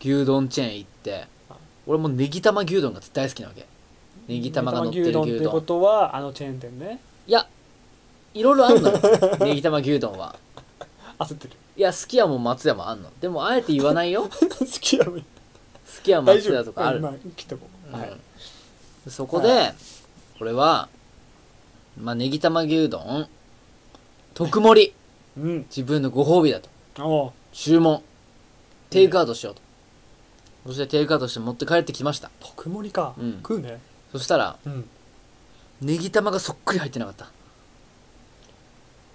C: 牛丼チェーン行って
D: あ
C: 俺もうネギ玉牛丼が大好きなわけネギ玉が乗ってる牛
D: ネギ玉
C: 丼
D: 牛丼ってことはあのチェーン店ね
C: いやいろいろあるのよ ネギ玉牛丼は
D: 焦ってる
C: いやすき家も松屋もあんのでもあえて言わないよ
D: 好きやめ
C: すき家
D: 大
C: 松
D: 丈
C: 屋
D: 夫
C: とかある
D: うんまあ、切っとこ
C: う
D: う、
C: ん
D: はい
C: そこで、
D: は
C: 俺は、まあ、ネギ玉牛丼特盛 り
D: うん
C: 自分のご褒美だと
D: おう
C: 注文テイクアウトしようと、そしてテイクアウトして持って帰ってきました
D: 特盛りか、
C: うん
D: 食うね
C: そしたら
D: うん
C: ネギ玉がそっくり入ってなかった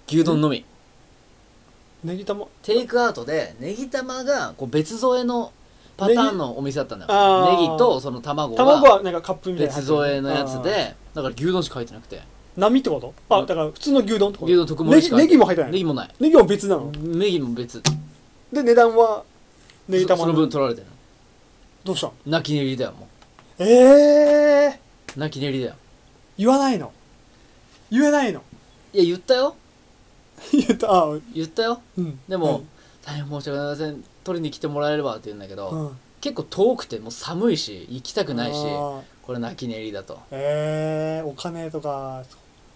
C: 牛丼のみ、
D: ネギ玉
C: テイクアウトでネギ玉がこう別添えのパターンのお店だったんだ
D: ネギあ
C: よ
D: ー
C: ネギとその卵
D: 卵
C: が
D: はなんかカップみたいな
C: 別添えのやつ
D: あー
C: でだから牛丼しか入ってなくて
D: 波ってことあだから普通の牛丼ってこと
C: 牛丼特盛りしか
D: ネギネギも入ってない
C: ネギもない
D: ネギも別なの
C: ネギも別
D: で値段はネギ
C: そ
D: 玉
C: その分取られてる
D: どうしたの
C: 泣き寝入りだよも
D: ええー、
C: う泣き寝入りだよ
D: 言わないの言えないの
C: いや言ったよ
D: 言ったあ
C: 言ったよ
D: うん
C: でも、大変申し訳ありません取りに来てもらえればって言うんだけど、
D: うん、うん、
C: 結構遠くてもう寒いし行きたくないし
D: あー
C: これ泣き寝入りだと
D: えー、お金とか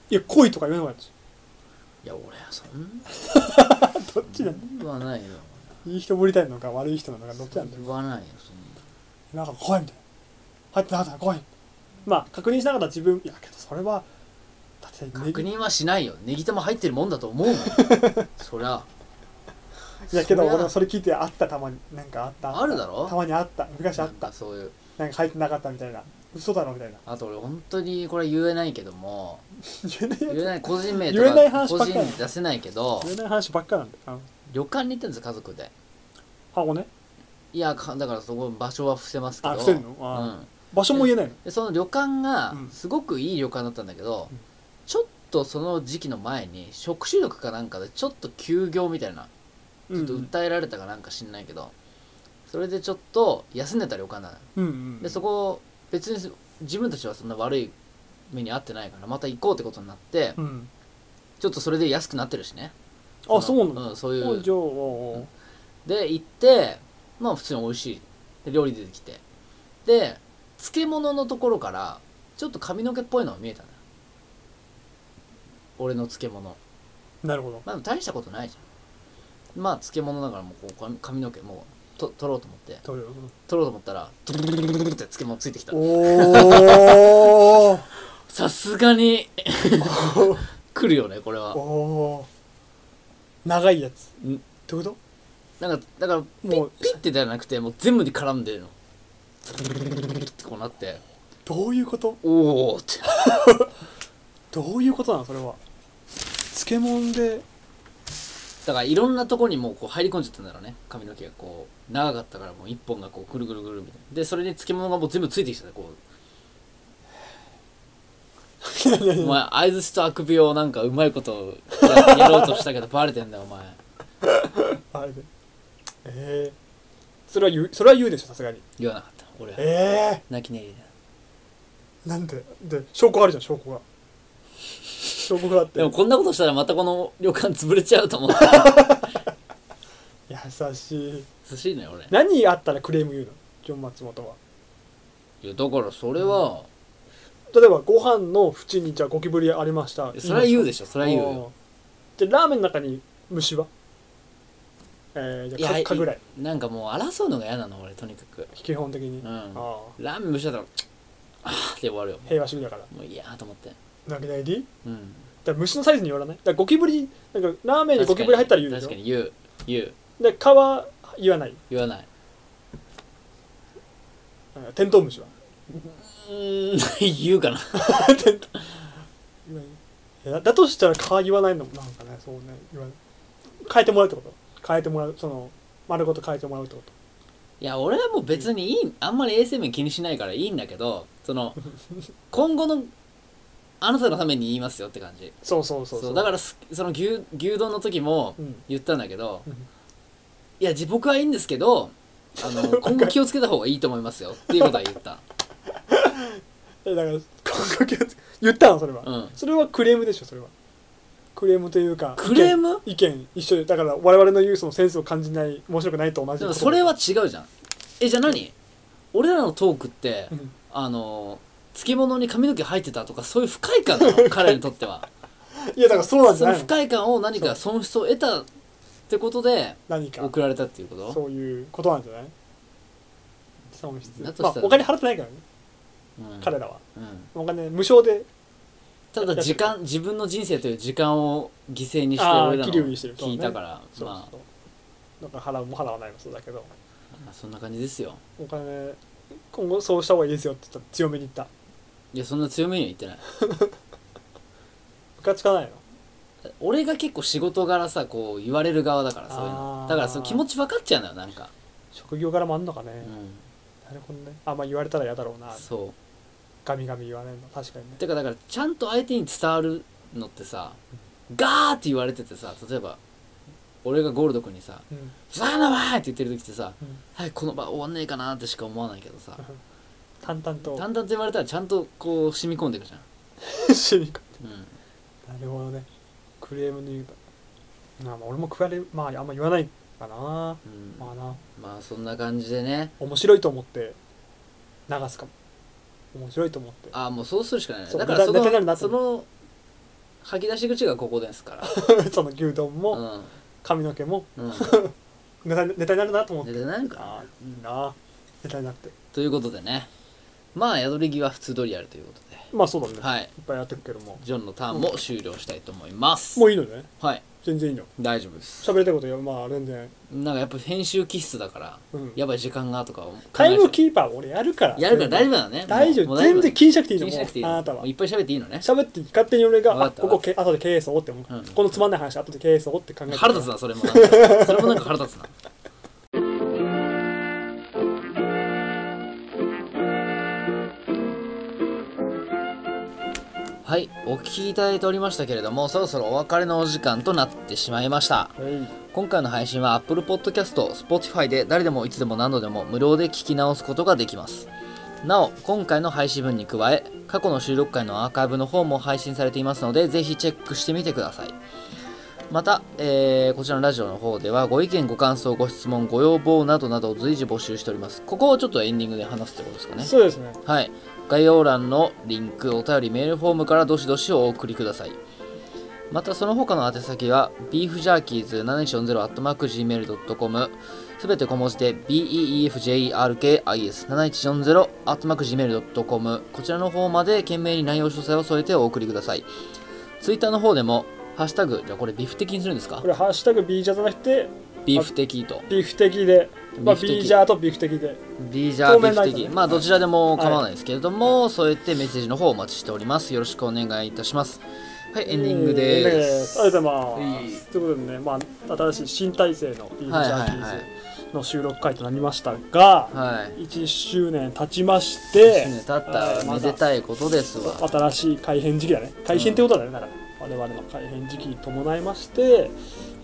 D: いや恋とか言わないの
C: いや俺はそん
D: どっちなん
C: な
D: だ
C: のはないよ
D: いい人ぶりたいのか悪い人なのかどっちなんだよ
C: 言わないよそんな
D: なんか怖いみたいな入ってなかった怖いまあ確認しながら自分いやけどそれはだってネ
C: 確
D: ギ
C: 認はしないよネギ玉入ってるもんだと 思うもんそりゃ
D: いやけど
C: そりゃ
D: 俺もそれ聞いてあったたまになんかあった
C: あるだろ
D: たまにあった昔あっ
C: な
D: た
C: んかそういう
D: なんか入ってなかったみたいな嘘だろみたいな
C: あと俺本当にこれ言えないけども
D: 言えないやつ
C: 言えない個人名と
D: 言えない
C: か
D: 話
C: 個
D: ばっか
C: 人
D: り
C: 名出せないけど
D: 言えない話ばっかなんだようん
C: 旅館に行ったんですよ家族で
D: 箱ね
C: いやかだからそこ場所は伏せますけど
D: あ伏せんのあー
C: うん、
D: 場所も言えないの
C: でその旅館が
D: うん
C: すごくいい旅館だったんだけど、
D: うん
C: ちょっとその時期の前に食中毒かなんかでちょっと休業みたいなちょっと訴えられたかなんか知んないけど、それでちょっと休んでた旅館なのよ
D: うんうん
C: でそこ別に自分たちはそんな悪い目に遭ってないからまた行こうってことになって、
D: うん
C: ちょっとそれで安くなってるしねそ
D: あそ
C: の
D: うなんだ
C: うんそういう
D: 工場を
C: で行ってまあ普通に美味しいで料理出てきてで漬物のところからちょっと髪の毛っぽいのが見えたのよ俺の漬物
D: なるほど
C: まあでも大したことないじゃんまあ漬物だからもうこう髪髪の毛もうと取ろうと思って
D: どういう
C: 取ろうと思ったらドゥルドゥルドゥルドゥルって漬物ついてきた
D: お ー
C: さすがに来るよねこれは
D: おお長いやつ
C: ん
D: ってこと
C: なんかだからピ
D: も
C: ッ
D: う
C: ピッてではなくてもう全部に絡んでるのドゥルドゥルドゥルドゥルってこうなって
D: どういうこと
C: おおって
D: どういうことなのそれは漬物で
C: だからいろんなとこにもうこう入り込んじゃったんだろうね髪の毛がこう長かったからもう一本がこうぐるぐるぐるみたいなでそれに漬物がもう全部ついてきちゃったこ うお前相づちとあくびをなんかうまいことやろうとしたけどバレてんだよお前
D: あれでええそれは言うそれは言うでしょさすがに
C: 言わなかった俺は
D: ええ
C: 泣き寝入りだよ
D: なんでで証拠あるじゃん証拠が証拠があって
C: でもこんなことしたらまたこの旅館潰れちゃうと思う
D: 優しい
C: 優しいのよ俺
D: 何あったらクレーム言うのジョン・松本はい
C: やだからそれは、
D: 例えばご飯の縁にじゃあゴキブリありました
C: それは言うで
D: し
C: しょそれは言うよ
D: でラーメンの中に虫はえー、じゃあ
C: いや
D: かかぐらい
C: なんかもう争うのが嫌なの俺とにかく
D: 基本的に、
C: うん
D: ああ
C: ラーメン蒸しだったらあーって終わるよ
D: 平和主義だから
C: もういやーと思って
D: 投げないでいい
C: うん
D: だから虫のサイズによらないだからゴキブリなんかラーメンにゴキブリ入ったら言うでしょ
C: 確かに言う言う
D: で蚊は言わない
C: 言わない
D: うんテントウムシは
C: うーん 言うかな
D: テント言わないいやだとしたら蚊は言わないのもなんかねそうね言わない変えてもらうってこと変えてもらうその丸ごと変えてもらうってこと
C: いや俺はもう別にいいあんまり衛生面気にしないからいいんだけどそ の今後のあなたのために言いますよって感じ
D: そうそうそう
C: そうだからすその牛牛丼の時も
D: うん
C: 言ったんだけど、
D: うん
C: いや自僕はいいんですけどあの 今後気をつけた方がいいと思いますよっていうことは言った
D: えだから 今後言ったのそれは、
C: うん
D: それはクレームでしょそれはクレームというか
C: クレーム
D: 意見意見一緒でだから我々の言うそのセンスを感じない面白くないと同じ
C: で
D: こ
C: も
D: と
C: それは違うじゃんえじゃあ何俺らのトークって
D: うん
C: あの漬物に髪の毛入ってたとかそういう不快感 なの彼にとってはい
D: やだからそうなんじ
C: そ
D: ゃ
C: の
D: ない
C: 不
D: の
C: 快感を何か損失を得たってことで
D: 何か
C: 送られたっていうこと
D: そういうことなんじゃない損失
C: だとした
D: ま
C: ら
D: あお金払ってないからね、
C: うん
D: 彼らは
C: うん
D: お金無償で
C: ただ時間自分の人生という時間を犠牲にして
D: あー
C: 俺らの
D: 切り売りしてる
C: 聞いたから
D: そう
C: ま
D: そうだから払うも払わないもそうだけど
C: あまあそんな感じですよ
D: お金今後そうした方がいいですよって言ったら強めに言った
C: いやそんな強めには言ってない
D: ムカつかないの
C: 俺が結構仕事柄さこう言われる側だからそういう
D: あ
C: の
D: ー
C: だからその気持ち分かっちゃうのよなんか、
D: 職業柄もあんのかね、
C: う、
D: なるほどねあんまあ言われたら嫌だろうなん
C: そう
D: ガミガミ言われるの確かにね
C: てかだからちゃんと相手に伝わるのってさガーって言われててさ例えば俺がゴールド君にさ
D: うん
C: 「ふざけんなわーい!」って言ってる時ってさ
D: うん
C: 「はいこの場終わんねえかな」ってしか思わないけどさ
D: 淡々と
C: 淡々と言われたらちゃんとこう染み込んでいくじゃん、
D: 染み込
C: うん、
D: むなるほどねクレームの言うなあまあ俺も食われまああんま言わないかな
C: うん
D: まあな
C: まあそんな感じでね
D: 面白いと思って流すかも面白いと思って
C: ああもうそうするしかないね
D: そう
C: だからそ
D: ネタネタになるな
C: の
D: と
C: その吐き出し口がここですから
D: その牛丼
C: う
D: も
C: ん
D: 髪の毛も
C: うん
D: ネタネタになるなと思って
C: ネタになるか
D: あ
C: な
D: あいいなネタになって
C: ということでねまあ宿り着は普通通りやるということで
D: まあそうだねいっ
C: はい
D: ぱいやってるけども
C: ジョンのターンも終了したいと思います
D: もういいのね
C: はい
D: 全然いいの
C: 大丈夫です
D: 喋りたいことよまあ全然
C: なんかやっぱ編集気質だから、
D: うん
C: やばい時間がとかを考え
D: タイム
C: ちゃ
D: キーパー俺やるから
C: うやるから大丈夫だね
D: 大丈
C: もう
D: 夫
C: もう
D: 全然気にしなくていい
C: 気
D: の
C: にしなくていい
D: もう
C: の
D: あなたは
C: もういっぱい喋っていいのね
D: 喋って勝手に俺
C: わか
D: があ
C: った
D: ここけ後で経営層って思う
C: うん
D: このつまんない話後で経営層って考えて
C: 腹立つなそれもなんかそ れもなんか腹立つなはいお聞きいただいておりましたけれどもそろそろお別れのお時間となってしまいました
D: はい
C: 今回の配信は Apple Podcast、Spotify で誰でもいつでも何度でも無料で聞き直すことができます。なお、今回の配信分に加え、過去の収録回のアーカイブの方も配信されていますので、ぜひチェックしてみてください。また、えーこちらのラジオの方では、ご意見、ご感想、ご質問、ご要望などなどを随時募集しております。ここをちょっとエンディングで話すってことですかね。
D: そうですね
C: はい。概要欄のリンク、お便り、メールフォームからどしどしお送りください。またその他の宛先は beefjerkies7140-gmail.com すべて小文字で beefjerkis7140-gmail.com こちらの方まで懸命に内容詳細を添えてお送りください。ツイッターの方でも、ハッシュタグ、じゃあこれビーフ的にするんですか
D: これ「ハッシュタグ #B ジャー」じゃなくて
C: ビーフ的と。
D: ビフ的で、まあ、
C: ビフ的
D: B ジャーとビフ的で
C: ビージャー
D: 当
C: ビ
D: 面
C: フ
D: ないです
C: 的、
D: ね
C: まあどちらでも構わないですけれども、そうやってメッセージの方お待ちしておりますよろしくお願いいたしますはいエンディング
D: エンディ
C: で
D: ングですすありがとうございま
C: はい
D: すということでね、まあ、新しい新体制のビーフジャーキ
C: はいはいは
D: ー
C: い
D: ズの収録回となりましたが、
C: はい
D: 1周年経ちまして
C: 1年経っ
D: はい
C: た
D: ま
C: め
D: だ
C: でたいことですわ
D: 新しい改変時期だね改変ってことだね、だから我々の改変時期に伴いまして、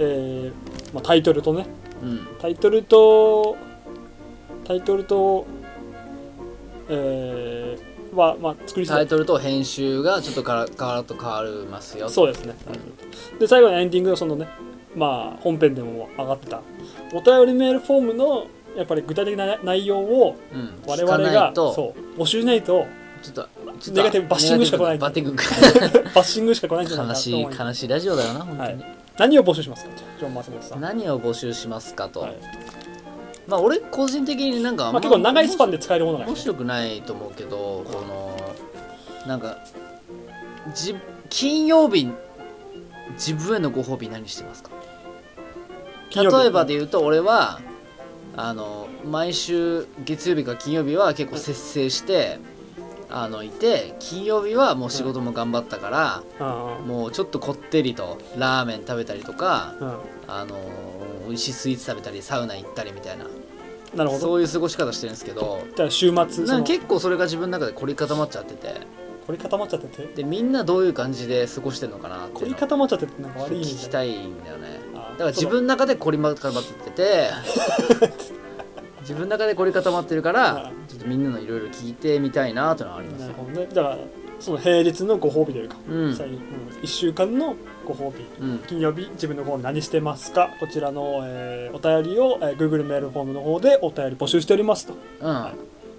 D: えーまあ、タイトルとね
C: うん
D: タイトルとタイトルとえーは、まあ、作りそ
C: タ
D: う
C: イトルと編集がちょっとからガラッと変わりますよ
D: そうですね、で最後のエンディングのそのねまあ本編でも上がってたお便りメールフォームのやっぱり具体的な内容を
C: うん、
D: 我
C: 聞か
D: 々
C: な
D: が
C: いと
D: そう募集しないと
C: ちょっとちょっと
D: ネガティブバッシングしか来ない
C: ネガティ ブバッ
D: バッシングしか来ないん
C: テ
D: じ
C: ィ
D: ゃ
C: ング悲
D: ないかなと
C: しい
D: 思います
C: 悲しいラジオだよな本当に、
D: は何を募集しますかジョン・松本さん、
C: 何を募集しますかと、
D: はい
C: まあ俺個人的になんかあん
D: ま
C: ま
D: あ、結構長いスパンで使えるものがね
C: 面白くないと思うけどこのなんかじ金曜日自分へのご褒美何してますか
D: 金曜日
C: 例えばで言うと俺はあの毎週月曜日か金曜日は結構節制して、あのいて金曜日はもう仕事も頑張ったから、
D: うん
C: もうちょっとこってりとラーメン食べたりとか、
D: うん
C: あの美味しいスイーツ食べたりサウナ行ったりみたいな
D: なるほど
C: そういう過ごし方してるんですけど
D: じゃあ週末そ
C: なん
D: の
C: か結構それが自分の中で凝り固まっちゃってて
D: 凝り固まっちゃってて
C: でみんなどういう感じで過ごしてるのかなって
D: 凝
C: いう
D: り
C: のを
D: 固まっちゃっててなんか悪い
C: 聞
D: 意味
C: きたいんだよね
D: あー
C: だから自分の中で凝り固まって て自分の中で凝り固まってるから
D: う
C: ちょっとみんなのいろいろ聞いてみたいなというのはあります
D: なる
C: よ
D: ほどねだからその平日のご褒美というか、
C: うん
D: 最後うん、1週間のご褒美
C: うん
D: 金曜日自分のご褒美何してますかこちらの、えーお便りを、えー Google メールフォームの方でお便り募集しておりますと、
C: うん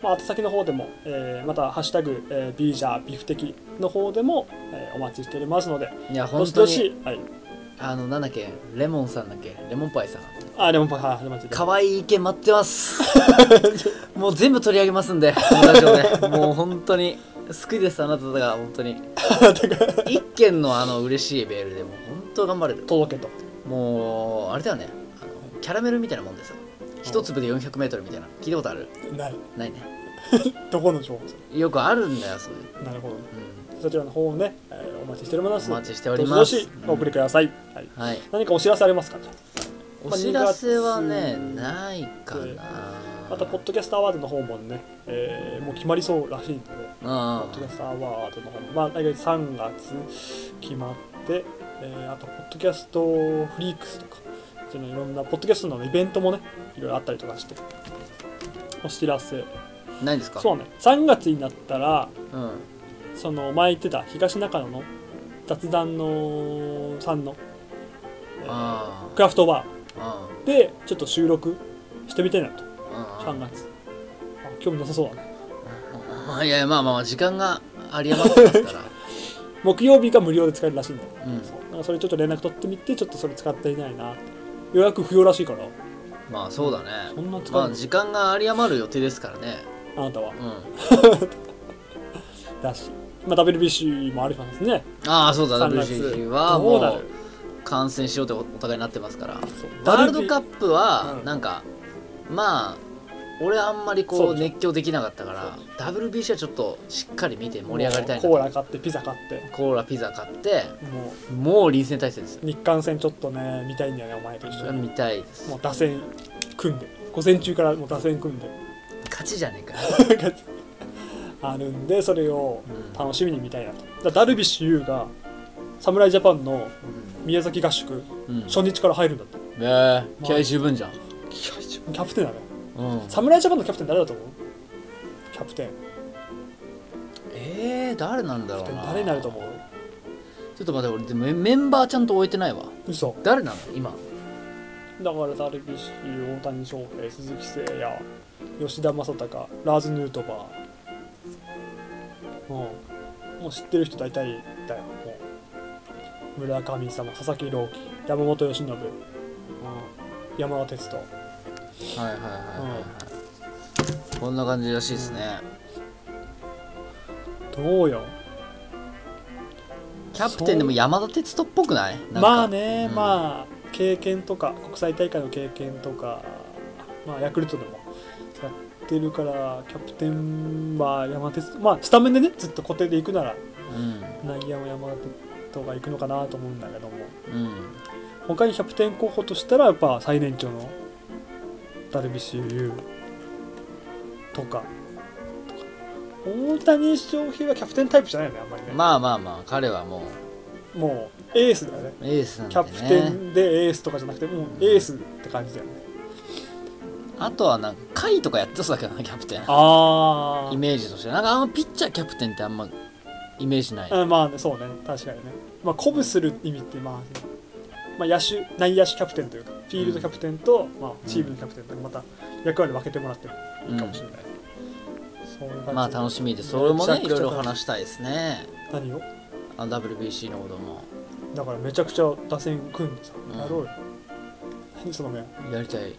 D: まあ、宛先の方でも、えーまた「ハッシュタグ、えー、ビージャービフテキ」の方でも、えーお待ちしておりますので
C: いや
D: ど
C: 本
D: し
C: 当
D: ど
C: に
D: し、はい、
C: あのなんだっけレモンさんだっけレモンパイさん
D: あでもはいはい待ち
C: 可愛い意見待ってます もう全部取り上げますんでこのラジオでもう本当に好きですあなたが本当 に一件のあの嬉しいメールでもう本当頑張れる
D: 届けと
C: もうあれだよねあのキャラメルみたいなもんですよ一粒で 400m みたいな聞いたことある
D: ない
C: ないね
D: どこの情報
C: よくあるんだよそういう、
D: なるほどね
C: う
D: そちらの方もね、えーお待ちしております
C: お待ちしております
D: どしどしお送りください、はい、
C: ん、はい
D: 何かお知らせありますかじゃあ
C: お知らせはね
D: ま
C: ないかな
D: またポッドキャストアワードの方もね、えーもう決まりそうらしいので、ポ
C: あ
D: ッドキャストアワードの方も、まあ、大体3月決まって、えーあと、ポッドキャストフリークスとか、そのいろんなポッドキャストのイベントもね、いろいろあったりとかして、お知らせ、
C: ないんですか
D: そうね、3月になったら、
C: うん
D: その前言ってた東中野の雑談のさんの、えー
C: あ
D: クラフトバ
C: あ
D: ーでちょっと収録してみたいなと、
C: あ
D: 3月。あ興味なさそうだね。
C: あいやいやまあまあまあ時間があり余ってます から
D: 木曜日が無料で使えるらしいんだ、
C: うん
D: そうなんかそれちょっと連絡取ってみてちょっとそれ使っていないな予約不要らしいから
C: まあそうだね
D: そんな使う
C: ま
D: の
C: あ時間があり余る予定ですからね
D: あなたは
C: うん
D: だし、まあ、WBC もありますね
C: ああそうだ
D: 3月
C: WBC は
D: ど
C: も
D: うなる
C: う感染しようとお互いになってますから
D: そう
C: ワールドカップは
D: うん
C: なんか、まあ俺あんまり
D: そ
C: こう
D: うでしょ
C: 熱狂できなかったから WBC はちょっとしっかり見て盛り上がりたいな
D: もうコー
C: と
D: ラ買ってピザ買って
C: コーラピザ買って
D: も
C: もう臨戦態勢ですよ
D: う日韓戦ちょっとね見たいんだよねお前と一緒に
C: 見たいです
D: もう打線組んで午前中からもう打線組んで
C: 勝ちじゃねえか
D: あるんでそれを
C: うん
D: 楽しみに見たいなとだからダルビッシュ有が侍ジャパンの宮崎合宿
C: うん、
D: 初日から入るんだって
C: えー、気合十分じゃん、
D: キャプテンだね
C: うん、
D: 侍ジャパンのキャプテン誰だと思うキャプテン
C: えー、誰なんだろうな
D: 誰になると思う
C: ちょっと待って俺でもメメンバーちゃんと置いてないわ
D: 嘘
C: 誰なの今
D: だからダルビッシュ大谷翔平鈴木誠也吉田正尚ラーズ・ヌートバーもうもう知ってる人大体だよもう村神様佐々木朗希山本由伸、うん、山田哲人
C: はいはいはいはい、はいこんな感じらしいですね、
D: どうよ
C: キャプテンでも山田哲人っぽくないなんか
D: まあね、
C: うん
D: まあ経験とか国際大会の経験とかまあヤクルトでもやってるからキャプテンは山手まあスタメンでねずっと固定で行くなら
C: うん
D: 内野も山手とか行くのかなと思うんだけども
C: うん
D: 他にキャプテン候補としたらやっぱ最年長のダルビッシュ有とかとか大谷翔平はキャプテンタイプじゃないよねあんまりね、
C: まあまあまあ彼はも
D: もうエースだよね
C: うエースなん
D: キャ
C: で
D: プテ
C: ね
D: ンでエースとかじゃなくてもうエースって感じだよね
C: あとはなんか甲斐とかやってそうだけどなキャプテン
D: あ
C: イメージとしてなんかあんまピッチャーキャプテンってあんまイメージない、
D: あまあねそうね確かにねまあ鼓舞する意味ってまあ、まあ、野手内野手キャプテンというかフィールドキャプテンと、まあ、チームのキャプテンとまた役割分けてもらってもいいかもしれない、そういう感じ
C: まあ楽しみでそれもねいろいろ
D: し
C: 話したいですね
D: 何を
C: あの WBC のことも
D: だからめちゃくちゃ打線組んでさ
C: うん
D: やろうよ、何その目
C: やりたい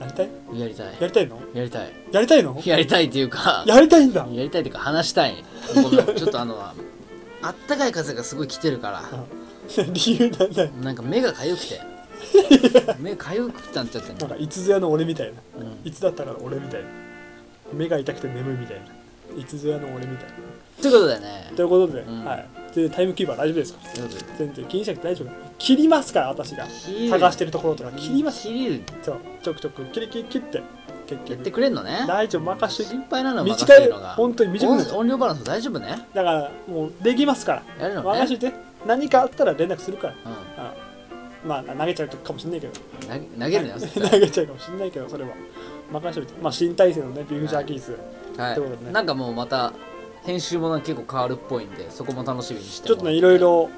D: やりたい
C: やりたい
D: やりたいの
C: やりたい
D: やりたいの
C: やりたいっていうか
D: やりたいんだ
C: やりたいっていうか話したいごめんちょっとあの あったかい風がすごい来てるから
D: うん 理由なんだよ
C: なんか目がかゆく て目かゆくなっちゃって
D: なん
C: ね
D: かいつぞやの俺みたいな
C: うん
D: いつだったから俺みたいな目が痛くて眠いみたいないつぞやの俺みたいな
C: ということでね
D: ということで、
C: ん
D: はい、でタイムキーパー大丈夫ですか
C: ということで
D: 全然気にしなくて大丈夫切りますから私が
C: 切る
D: 探してるところとか切ります
C: 切る
D: そうちょくちょく切り切り切って結
C: やって
D: 局
C: くれんのね
D: 大丈夫任して
C: 心配なのは任
D: 短
C: せる
D: い
C: のが
D: 本当に短くなっちゃ
C: 音音量バランス大丈夫ね
D: うだからもうできますから
C: やるのね
D: 任して何かあったら連絡するから
C: う
D: あまあ投げちゃうかもしんないけど
C: ん、投げ投げるの よ、絶対
D: 投げちゃうかもしんないけどそれは任しておいてまあ新体制のねビーフジャーキース、
C: は
D: ってことだね
C: い、なんかもうまた編集もなんか結構変わるっぽいんでそこも楽しみにして
D: ちょ
C: もら
D: っとねいろいろ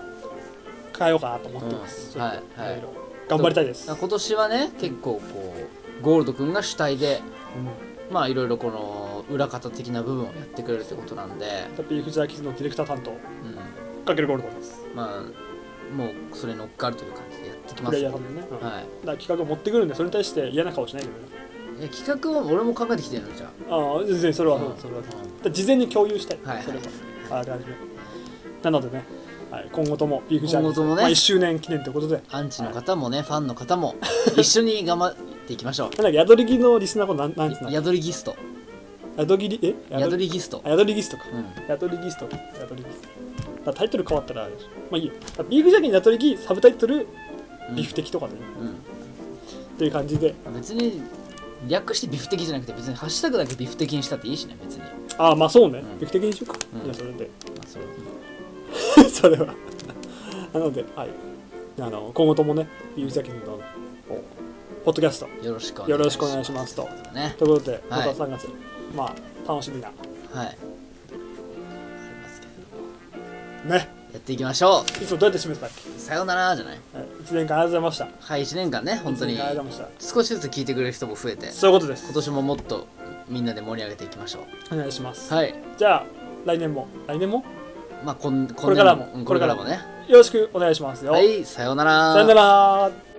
D: 変えようかなと思ってます、
C: うん
D: ちょっと
C: はいはい
D: ろいろ頑張りたいです、
C: なんか今年はね結構こうゴールド君が主体で
D: うん
C: まあいろいろこの裏方的な部分をやってくれるってことなんで、
D: ビーフジャーキースのディレクター担当
C: う
D: かけるゴールドです
C: ん、まあもうそれに乗っかるという感じでやってき
D: プ
C: ます
D: レイヤ
C: よ
D: ーさんのね、うんだか
C: はい
D: ら企画を持ってくるんでそれに対して嫌な顔しないでくれ
C: いや企画は俺も考えてきてるのじゃあ
D: ああ全然それは、
C: うん
D: それはだから事前に共有したい、
C: はいはい
D: それはああ大丈夫なのでね、はい、今後ともビーフジャーキ
C: 今
D: ー
C: 後
D: ス、
C: ともね
D: まあ、1周年記念ということで
C: アンチの方もね、ファンの方も一緒に頑張っていきましょう
D: なんか宿りぎのリスナーこなんなんつうの
C: 宿りギスト
D: 宿りぎえ
C: 宿りギスト
D: あ宿りギストか
C: うん
D: 宿りギスト宿りギストだからタイトル変わったらあれでしょまあいいよだからビーフジャーキーに宿りぎサブタイトルビフ的とかでね、っていう感じで
C: うん、別に略してビフ的じゃなくて別にハッシュタグだけビフ的にしたっていいしね別に、ま
D: ああまあそうね、
C: ん
D: ビフ的にしようか、
C: うん
D: じゃあそれで
C: あ、それは
D: それは なのではいあの今後ともねビーフジャーキーのおポッドキャスト
C: よろしくお
D: よ
C: 願
D: ろ
C: い
D: し
C: し
D: くお
C: ます
D: 願いしますと
C: ね
D: ということでま
C: はい
D: た3月、まあ楽しみな
C: はいありますけど
D: ね
C: やっていきましょ
D: いつもどうやって締めてたっけ
C: うさようならじゃない
D: 1年間ありがとうございました
C: はい1年間ね本当
D: 一
C: に
D: 年間ありがとうございまし
C: 少しずつ聞いてくれる人も増えて
D: たそういうことで
C: 今
D: す
C: 年ももっとみんなで盛り上げていきましょ
D: お願いします
C: うはい
D: じゃあ来年も来年も
C: まあこんこ
D: れからも
C: これからもね
D: よろしくお願いしますよ、
C: はいさようなら
D: さよなら